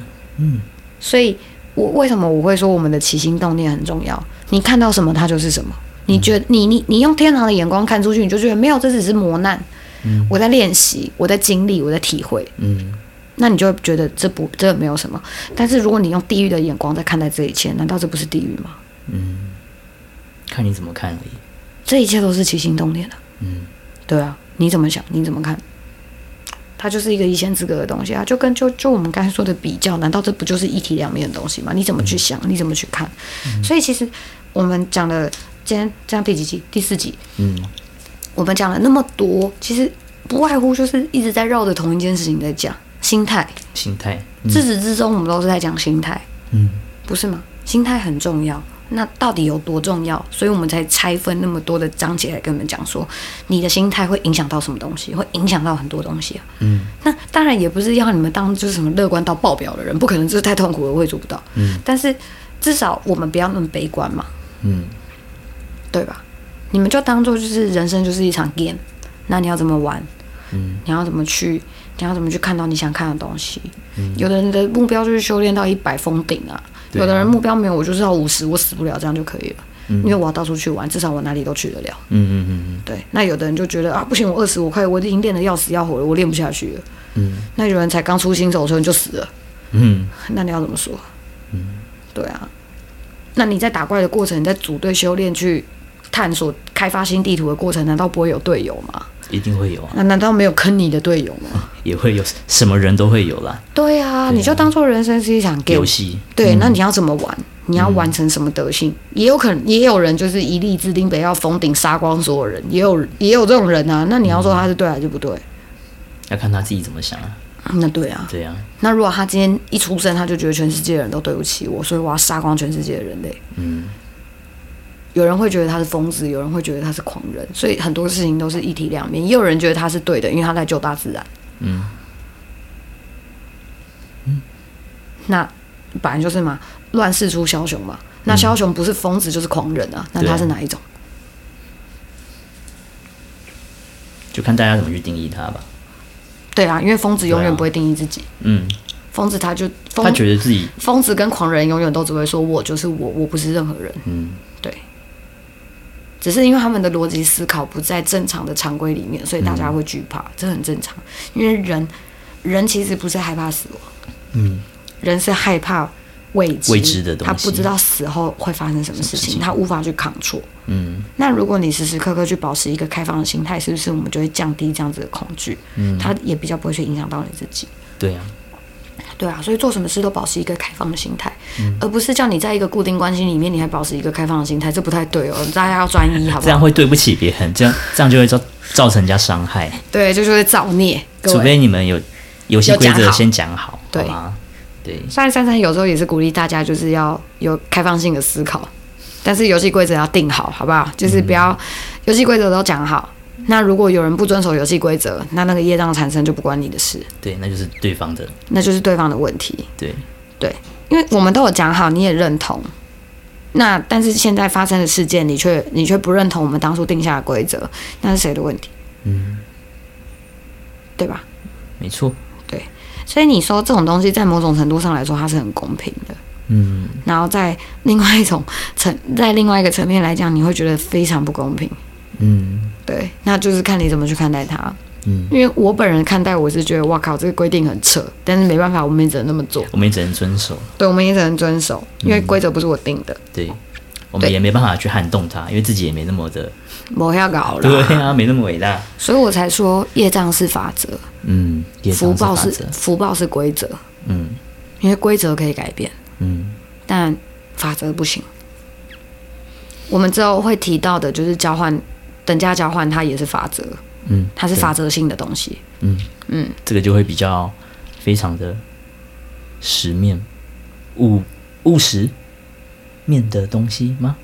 S1: 所以我为什么我会说我们的起心动念很重要？你看到什么，它就是什么。你觉得你你你用天堂的眼光看出去，你就觉得没有，这只是磨难。我在练习，我在经历，我在体会，
S2: 嗯，
S1: 那你就会觉得这不这没有什么。但是如果你用地狱的眼光在看待这一切，难道这不是地狱吗？
S2: 嗯看你怎么看而已。
S1: 这一切都是起心动念的、啊
S2: 嗯，
S1: 对啊，你怎么想？你怎么看？它就是一个一线之隔的东西啊，就跟就就我们刚才说的比较，难道这不就是一体两面的东西吗？你怎么去想？你怎么去看？所以其实我们讲了今天这样第几集？第四集，
S2: 嗯，
S1: 我们讲了那么多，其实不外乎就是一直在绕着同一件事情在讲心态。
S2: 心态。
S1: 自始至终我们都是在讲心态，
S2: 嗯
S1: 不是吗？心态很重要，那到底有多重要？所以我们才拆分那么多的章节来跟你们讲说，你的心态会影响到什么东西，会影响到很多东西啊。
S2: 嗯
S1: 那当然也不是要你们当就是什么乐观到爆表的人，不可能，这太痛苦了，我也做不到。
S2: 嗯
S1: 但是至少我们不要那么悲观嘛，
S2: 嗯
S1: 对吧？你们就当做就是人生就是一场 game，那你要怎么玩？
S2: 嗯
S1: 你要怎么去，你要怎么去看到你想看的东西。
S2: 嗯
S1: 有的人的目标就是修炼到一百封顶啊，嗯
S2: 对啊
S1: 有的人目标没有，我就是要五十，我死不了，这样就可以了。因为我要到处去玩，至少我哪里都去得了。
S2: 嗯嗯嗯
S1: 对，那有的人就觉得啊，不行，我二十五块，我已经练得要死要活了，我练不下去了。
S2: 嗯
S1: 那有人才刚出新手村就死了，
S2: 嗯
S1: 那你要怎么说？对啊，那你在打怪的过程，你在组队修炼去探索、开发新地图的过程，难道不会有队友吗？
S2: 嗯，一定会有啊，
S1: 那难道没有坑你的队友吗？
S2: 也会有，什么人都会有啦。
S1: 对啊，你就当做人生是一场 game
S2: 游。戏。
S1: 对，那你要怎么玩？你要玩成什么德性？也有可能，也有人就是一力之丁，北要封顶杀光所有人，也有也有这种人啊。那你要说他是对还是不对？
S2: 要看他自己怎么想啊。
S1: 那对啊。
S2: 对啊，
S1: 那如果他今天一出生，他就觉得全世界的人都对不起我，所以我要杀光全世界的人类。
S2: 嗯
S1: 有人会觉得他是疯子，有人会觉得他是狂人，所以很多事情都是一体两面。也有人觉得他是对的，因为他在救大自然。
S2: 嗯
S1: 嗯那本来就是嘛，乱世出枭雄嘛。那枭雄不是疯子就是狂人啊，那
S2: 嗯对啊
S1: 他是哪一种？
S2: 就看大家怎么去定义他吧。
S1: 对啊，因为疯子永
S2: 对
S1: 远
S2: 啊
S1: 不会定义自己，
S2: 嗯，
S1: 疯子他就疯
S2: 他觉得自己，
S1: 疯子跟狂人永远都只会说我就是我，我不是任何人。
S2: 嗯
S1: 对，只是因为他们的逻辑思考不在正常的常规里面，所以大家会惧
S2: 嗯
S1: 怕，这很正常。因为人，人其实不是害怕死亡，
S2: 嗯
S1: 人是害怕未知，
S2: 未知的东西
S1: 他不知道死后会发生什么事
S2: 什么事
S1: 情，
S2: 情
S1: 他无法去抗挫。
S2: 嗯
S1: 那如果你时时刻刻去保持一个开放的心态，是不是我们就会降低这样子的恐惧？
S2: 嗯，
S1: 它也比较不会去影响到你自己。
S2: 对啊，
S1: 对啊，所以做什么事都保持一个开放的心态，
S2: 嗯
S1: 而不是叫你在一个固定关系里面，你还保持一个开放的心态，这不太对哦。大家要专一，好
S2: 这
S1: 不
S2: 样
S1: 好？
S2: 会对不起别人，这样这样就会造造成人家伤害。
S1: 对，就是会造孽。 各
S2: 除
S1: 位，
S2: 非你们有游戏规
S1: 有讲
S2: 则
S1: 好
S2: 先讲好，
S1: 对
S2: 好吗？对，
S1: 虽然珊珊有时候也是鼓励大家，就是要有开放性的思考，但是游戏规则要定好，好不好？就是不
S2: 嗯
S1: 要游戏规则都讲好。那如果有人不遵守游戏规则，那那个业障产生就不关你的事，
S2: 对，那就是对方的，
S1: 那就是对方的问题。
S2: 对，
S1: 对，因为我们都有讲好，你也认同。那但是现在发生的事件，你却你却不认同我们当初定下的规则，那是谁的问题？
S2: 嗯，
S1: 对吧？
S2: 没错，
S1: 所以你说这种东西在某种程度上来说，它是很公平的。
S2: 嗯
S1: 然后在另外一种层， 在另外一个层面来讲，你会觉得非常不公平。
S2: 嗯
S1: 对，那就是看你怎么去看待它。
S2: 嗯，
S1: 因为我本人看待，我是觉得哇靠，这个规定很扯，但是没办法，我们也只能那么做。
S2: 我们也只能遵守，
S1: 对，我们也只能遵守，因为规则不是我定的，
S2: 对，我们
S1: 对
S2: 也没办法去撼动他，因为自己也没那么的，
S1: 我要搞了。
S2: 对啊，没那么伟大，
S1: 所以我才说业障是法则，
S2: 嗯，也
S1: 福报是
S2: 是法则
S1: 福报是规则，
S2: 嗯
S1: 因为规则可以改变，
S2: 嗯
S1: 但法则不行。我们之后会提到的就是交换，等价交换它也是法则，
S2: 嗯，
S1: 它是
S2: 对
S1: 法则性的东西。
S2: 嗯
S1: 嗯，
S2: 这个就会比较非常的实面务务实，面的东西吗？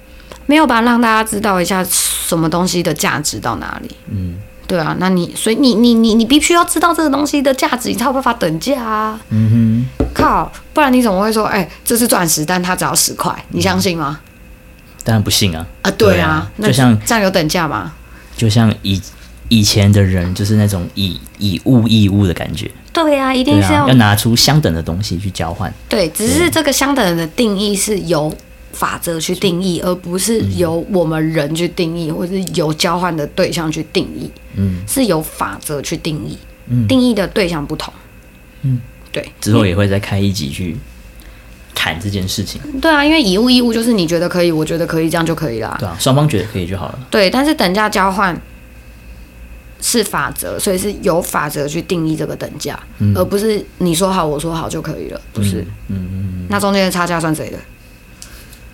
S1: 没有吧？让大家知道一下什么东西的价值到哪里。
S2: 嗯
S1: 对啊，那你所以你你你你必须要知道这个东西的价值，你才有办法等价啊！
S2: 嗯哼，
S1: 靠，不然你怎么会说，哎、这是钻石，但它只要十块，你相信吗？
S2: 当然不信啊。
S1: 啊，对
S2: 对
S1: 啊
S2: 啊，
S1: 那
S2: 就像
S1: 这样有等价吗？
S2: 就像以以前的人，就是那种以以物易物的感觉，
S1: 对啊，一
S2: 对
S1: 定是
S2: 啊
S1: 要，
S2: 要拿出相等的东西去交换。
S1: 对，只
S2: 嗯
S1: 是这个相等的定义是由法则去定义，而不是由我们人去定义，或是由交换的对象去定义，
S2: 嗯
S1: 是由法则去定义，
S2: 嗯，
S1: 定义的对象不同。
S2: 嗯，
S1: 对，
S2: 之后也会再开一集去谈这件事情，
S1: 对啊，因为以物易物就是你觉得可以，我觉得可以，这样就可以啦。
S2: 对啊，双方觉得可以就好了。
S1: 对，但是等价交换是法则，所以是由法则去定义这个等价，
S2: 嗯
S1: 而不是你说好我说好就可以了，不是？
S2: 嗯嗯嗯，
S1: 那中间的差价算谁的？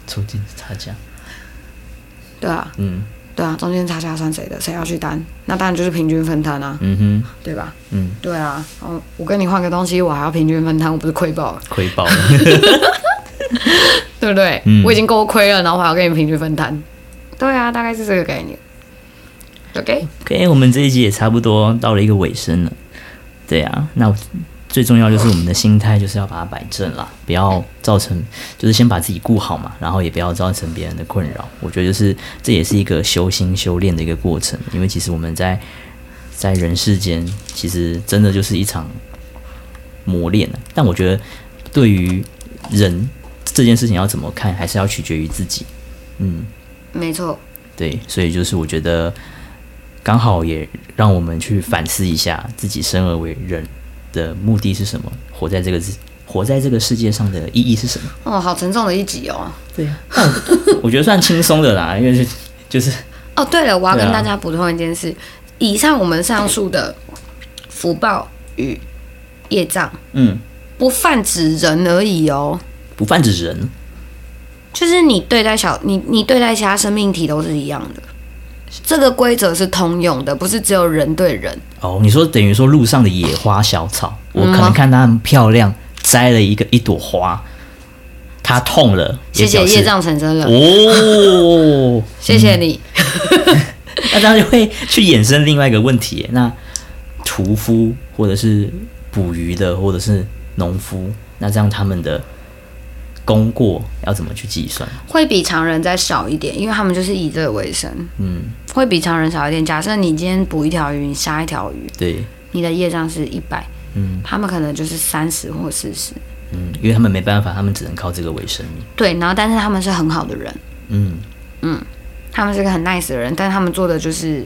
S2: 促进差价。
S1: 对啊，
S2: 嗯
S1: 对啊，中间差价算谁的？谁要去担？那当然就是平均分摊啊，
S2: 嗯哼，
S1: 对吧？
S2: 嗯，
S1: 对啊，哦，我跟你换个东西，我还要平均分摊，我不是亏爆了，
S2: 亏爆了。
S1: 对不对？
S2: 嗯
S1: 我已经够亏了，然后我还要跟你平均分摊，对啊，大概是这个概念。OK，
S2: OK，我们这一集也差不多到了一个尾声了。对啊，那我最重要就是我们的心态就是要把它摆正啦，不要造成，就是先把自己顾好嘛，然后也不要造成别人的困扰。我觉得就是这也是一个修心修炼的一个过程，因为其实我们在在人世间，其实真的就是一场磨练啊但我觉得对于人这件事情要怎么看，还是要取决于自己。嗯，
S1: 没错，
S2: 对，所以就是我觉得刚好也让我们去反思一下自己生而为人的目的是什么，活在这个世活在这个世界上的意义是什么。
S1: 哦，好沉重的一集哦。
S2: 对呀、但我我觉得算轻松的啦，因为就就是
S1: 哦，对了，我要
S2: 对啊
S1: 跟大家补充一件事：以上我们上述的福报与业障，
S2: 嗯，
S1: 不泛指人而已哦，
S2: 不泛指人，
S1: 就是你对待小你，你对待其他生命体都是一样的。这个规则是通用的，不是只有人对人。
S2: 哦，你说等于说路上的野花小草，我
S1: 嗯
S2: 可能
S1: 吗
S2: 看它很漂亮，摘了一个一朵花，它痛了，也
S1: 谢谢
S2: 表示
S1: 业障产生了，
S2: 哦，
S1: 谢谢你。
S2: 那这样就会去衍生另外一个问题耶，那屠夫或者是捕鱼的，或者是农夫，那这样他们的功过要怎么去计算？
S1: 会比常人再少一点，因为他们就是以这个为生，
S2: 嗯，
S1: 会比常人少一点。假设你今天捕一条鱼，你杀一条鱼，
S2: 对，
S1: 你的业障是一百，
S2: 嗯
S1: 他们可能就是三十或四十。
S2: 嗯，因为他们没办法，他们只能靠这个为生。
S1: 对，然后但是他们是很好的人，
S2: 嗯，
S1: 他们是个很 nice 的人，但他们做的就是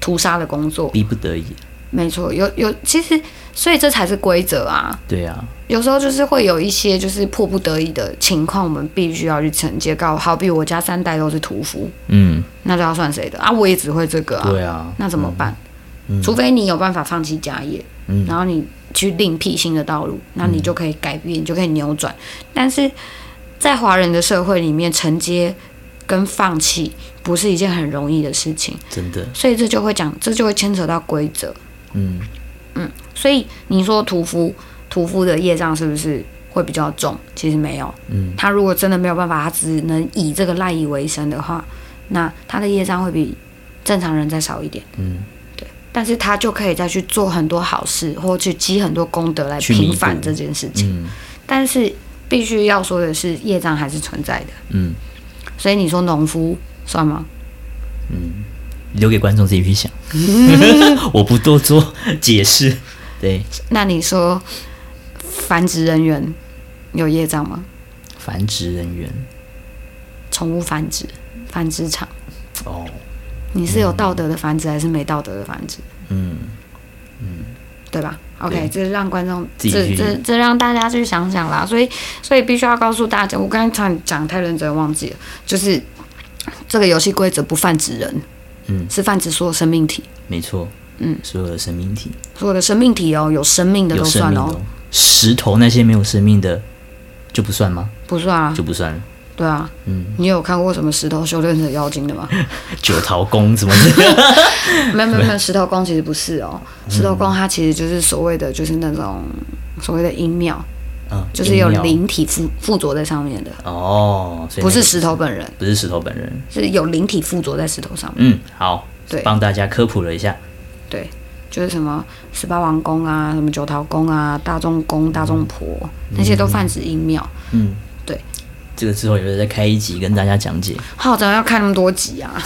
S1: 屠杀的工作。
S2: 逼不得已。
S1: 没错，有有，其实所以这才是规则啊。
S2: 对啊，
S1: 有时候就是会有一些就是迫不得已的情况，我们必须要去承接。告好比我家三代都是屠夫，
S2: 嗯，
S1: 那就要算谁的啊？我也只会这个啊，
S2: 对啊，
S1: 那怎么办？
S2: 嗯
S1: 除非你有办法放弃家业，
S2: 嗯
S1: 然后你去另辟新的道路，那你就可以改变，你就可以扭转。但是在华人的社会里面，承接跟放弃不是一件很容易的事情，
S2: 真的，
S1: 所以这就会讲，这就会牵扯到规则。
S2: 嗯，
S1: 所以你说屠夫，屠夫的业障是不是会比较重？其实没有，
S2: 嗯，
S1: 他如果真的没有办法，他只能以这个赖以为生的话，那他的业障会比正常人再少一点，
S2: 嗯，
S1: 但是他就可以再去做很多好事，或去积很多功德来
S2: 去弥
S1: 平
S2: 补
S1: 反这件事情。
S2: 嗯，
S1: 但是必须要说的是，业障还是存在的。
S2: 嗯，
S1: 所以你说农夫算吗？
S2: 留给观众自 己去想，我不多做解释。对，
S1: 那你说繁殖人员有业障吗？
S2: 繁殖人员，
S1: 宠物繁殖、繁殖场。
S2: 哦，
S1: 你是有道德的繁殖还是没道德的繁殖，
S2: 嗯。
S1: 对吧？OK，这让观众
S2: 自
S1: 这
S2: 己去
S1: 这这让大家去想想啦。所以所以必须要告诉大家，我刚才讲讲太认真忘记了，就是这个游戏规则不泛指人，
S2: 嗯
S1: 是泛指所有生命体，
S2: 没错，
S1: 嗯，
S2: 所有的生命体
S1: 所有的生命体哦，有生命的
S2: 有
S1: 都
S2: 生
S1: 算
S2: 命的、
S1: 哦，
S2: 石头那些没有生命的就不算吗？
S1: 不算啊
S2: 就，不算了。
S1: 对啊。
S2: 嗯，
S1: 你有看过什么石头修炼成妖精的 吗？
S2: 九桃宫什 么的，
S1: 没有没有没有，石头公
S2: 嗯
S1: 其实不是哦，石头公它其实就是所谓的就是那种所谓的阴庙，
S2: 嗯
S1: 就是有
S2: 饮料
S1: 灵体附附着在上面的，
S2: 哦，所以那个
S1: 不是石头本人，
S2: 不是石头本人。
S1: 是有灵体附着在石头上面。
S2: 嗯，好，
S1: 对
S2: 帮大家科普了一下。
S1: 对，就是什么十八王宫啊，什么九桃宫啊，大众宫、大众婆那些都泛指阴庙。
S2: 嗯，
S1: 对，
S2: 这个之后也会再开一集跟大家讲解，
S1: 好，怎么要看那么多集啊？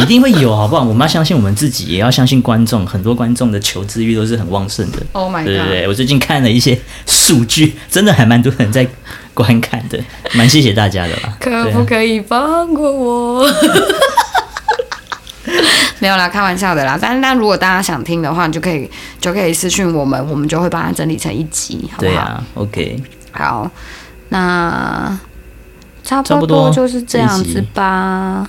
S2: 一定会有，好不好？我们要相信我们自己，也要相信观众。很多观众的求知欲都是很旺盛的。
S1: Oh my
S2: 对对
S1: god
S2: 对，我最近看了一些数据，真的还蛮多人在观看的，蛮谢谢大家的啦。
S1: 可
S2: 对啊
S1: 不可以放过 我？没有啦，开玩笑的啦。但但如果大家想听的话，你就可以就可以私讯我们，我们就会把它整理成一集，好不好？
S2: 对啊，OK，
S1: 好，那差
S2: 差不
S1: 不
S2: 多
S1: 多就是这样
S2: 这一
S1: 子
S2: 集
S1: 吧。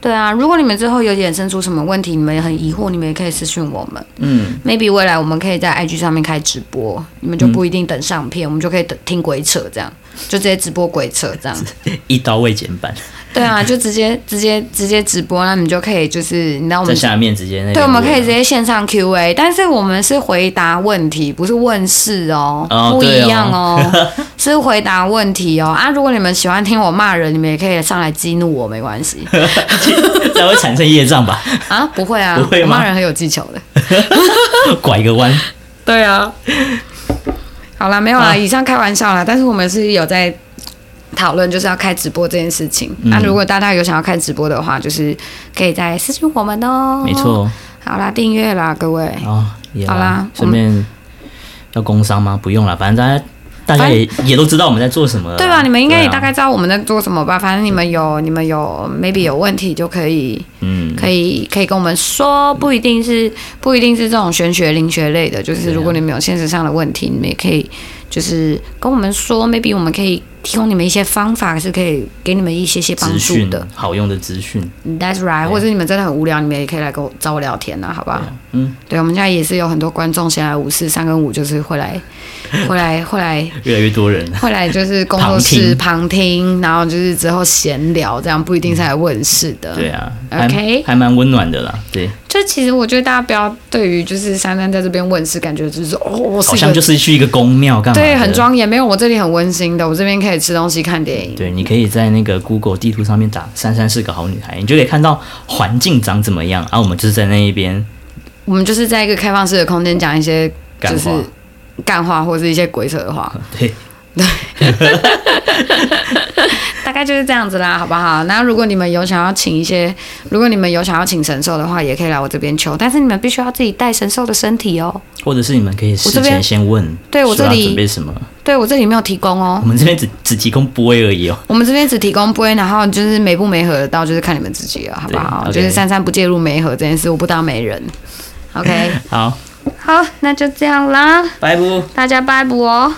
S1: 对啊，如果你们之后有衍生出什么问题，你们也很疑惑，你们也可以私讯我们。
S2: 嗯，
S1: maybe 未来我们可以在 IG 上面开直播，你们就不一定等上片，我们就可以等听鬼扯这样，就直接直播鬼扯 这样。
S2: 一刀未剪版，
S1: 对啊，就直接直接直接直播，那你们就可以就是你知道我
S2: 在
S1: 们。
S2: 下面直接那边
S1: 对，我们
S2: 问
S1: 可以直接线上 Q A，但是我们是回答问题，不是问事哦，
S2: 哦
S1: 不
S2: 对
S1: 一
S2: 哦
S1: 样哦， 是回答问题哦。啊，如果你们喜欢听我骂人，你们也可以上来激怒我，没关系
S2: 才会产生业障吧？
S1: 啊，不会啊，
S2: 不会
S1: 我
S2: 吗
S1: 骂人很有技巧的。
S2: 拐个弯，
S1: 对啊，好啦，没有啦，
S2: 啊
S1: 以上开玩笑啦，但是我们是有在讨论，就是要开直播这件事情。
S2: 嗯
S1: 那如果大家有想要开直播的话，就是可以再私信我们哦。
S2: 没，错
S1: 好啦，订阅啦，各位。
S2: 哦，也
S1: 好啦
S2: 顺便要工商吗？不用了，反正大家大家也也都知道我们在做什么了啦，
S1: 对吧？你们应该也
S2: 对啊
S1: 大概知道我们在做什么吧？反正你们有，你们有，maybe 有问题就可以，
S2: 嗯，
S1: 可以，可以跟我们说，不一定是，不一定是这种玄学、灵学类的。
S2: 啊
S1: 就是如果你们有现实上的问题，你们也可以，就是跟我们说，maybe 我们可以提供你们一些方法，是可以给你们一些些帮
S2: 资
S1: 助
S2: 讯
S1: 的。
S2: 好用的资讯，
S1: That's right，或者你们真的很无聊，你们也可以来跟我找我聊天啊，好不好？
S2: 嗯，
S1: 对，我们现在也是有很多观众，现在五四三跟五就是会来，会来，会来。
S2: 越来越多人了。
S1: 后来就是工作室旁
S2: 旁
S1: 听，然后就是之后闲聊，这样不一定是来问事的。
S2: 对，啊
S1: 嗯 OK
S2: 还还蛮温暖的啦。对，
S1: 就其实我觉得大家不要对于就是珊珊在这边问事，感觉就是哦，我是
S2: 好
S1: 一
S2: 像
S1: 个
S2: 就是啊去一个宫庙干嘛？
S1: 对很。庄严，没有我这里很温馨的，我这边可以吃东西、看电影。
S2: 对，你可以在那个 Google 地图上面打“珊珊是个好女孩”，你就可以看到环境长怎么样。啊，我们就是在那一边
S1: 我们就是在一个开放式的空间讲一些
S2: 干
S1: 就是
S2: 话。
S1: 干话或是一些鬼扯的 话，
S2: 对，
S1: 大概就是这样子啦，好不好？那如果你们有想要请一些，如果你们有想要请神兽的话，也可以来我这边求，但是你们必须要自己带神兽的身体哦。
S2: 或者是你们可以事
S1: 我这
S2: 前
S1: 边
S2: 先问，
S1: 对我
S2: 说要
S1: 这里
S2: 准备什么？
S1: 对我这里没有提供哦
S2: 我。们这边只只提供波而已哦。
S1: 我们这边只提供杯，然后就是没不没合的到，就是看你们自己了，好不好？
S2: 对，OK
S1: 就是珊珊不介入没合这件事，我不当媒人。OK，
S2: 好，
S1: 哦好，那就这样啦，
S2: 拜拜。
S1: 大家拜拜哦。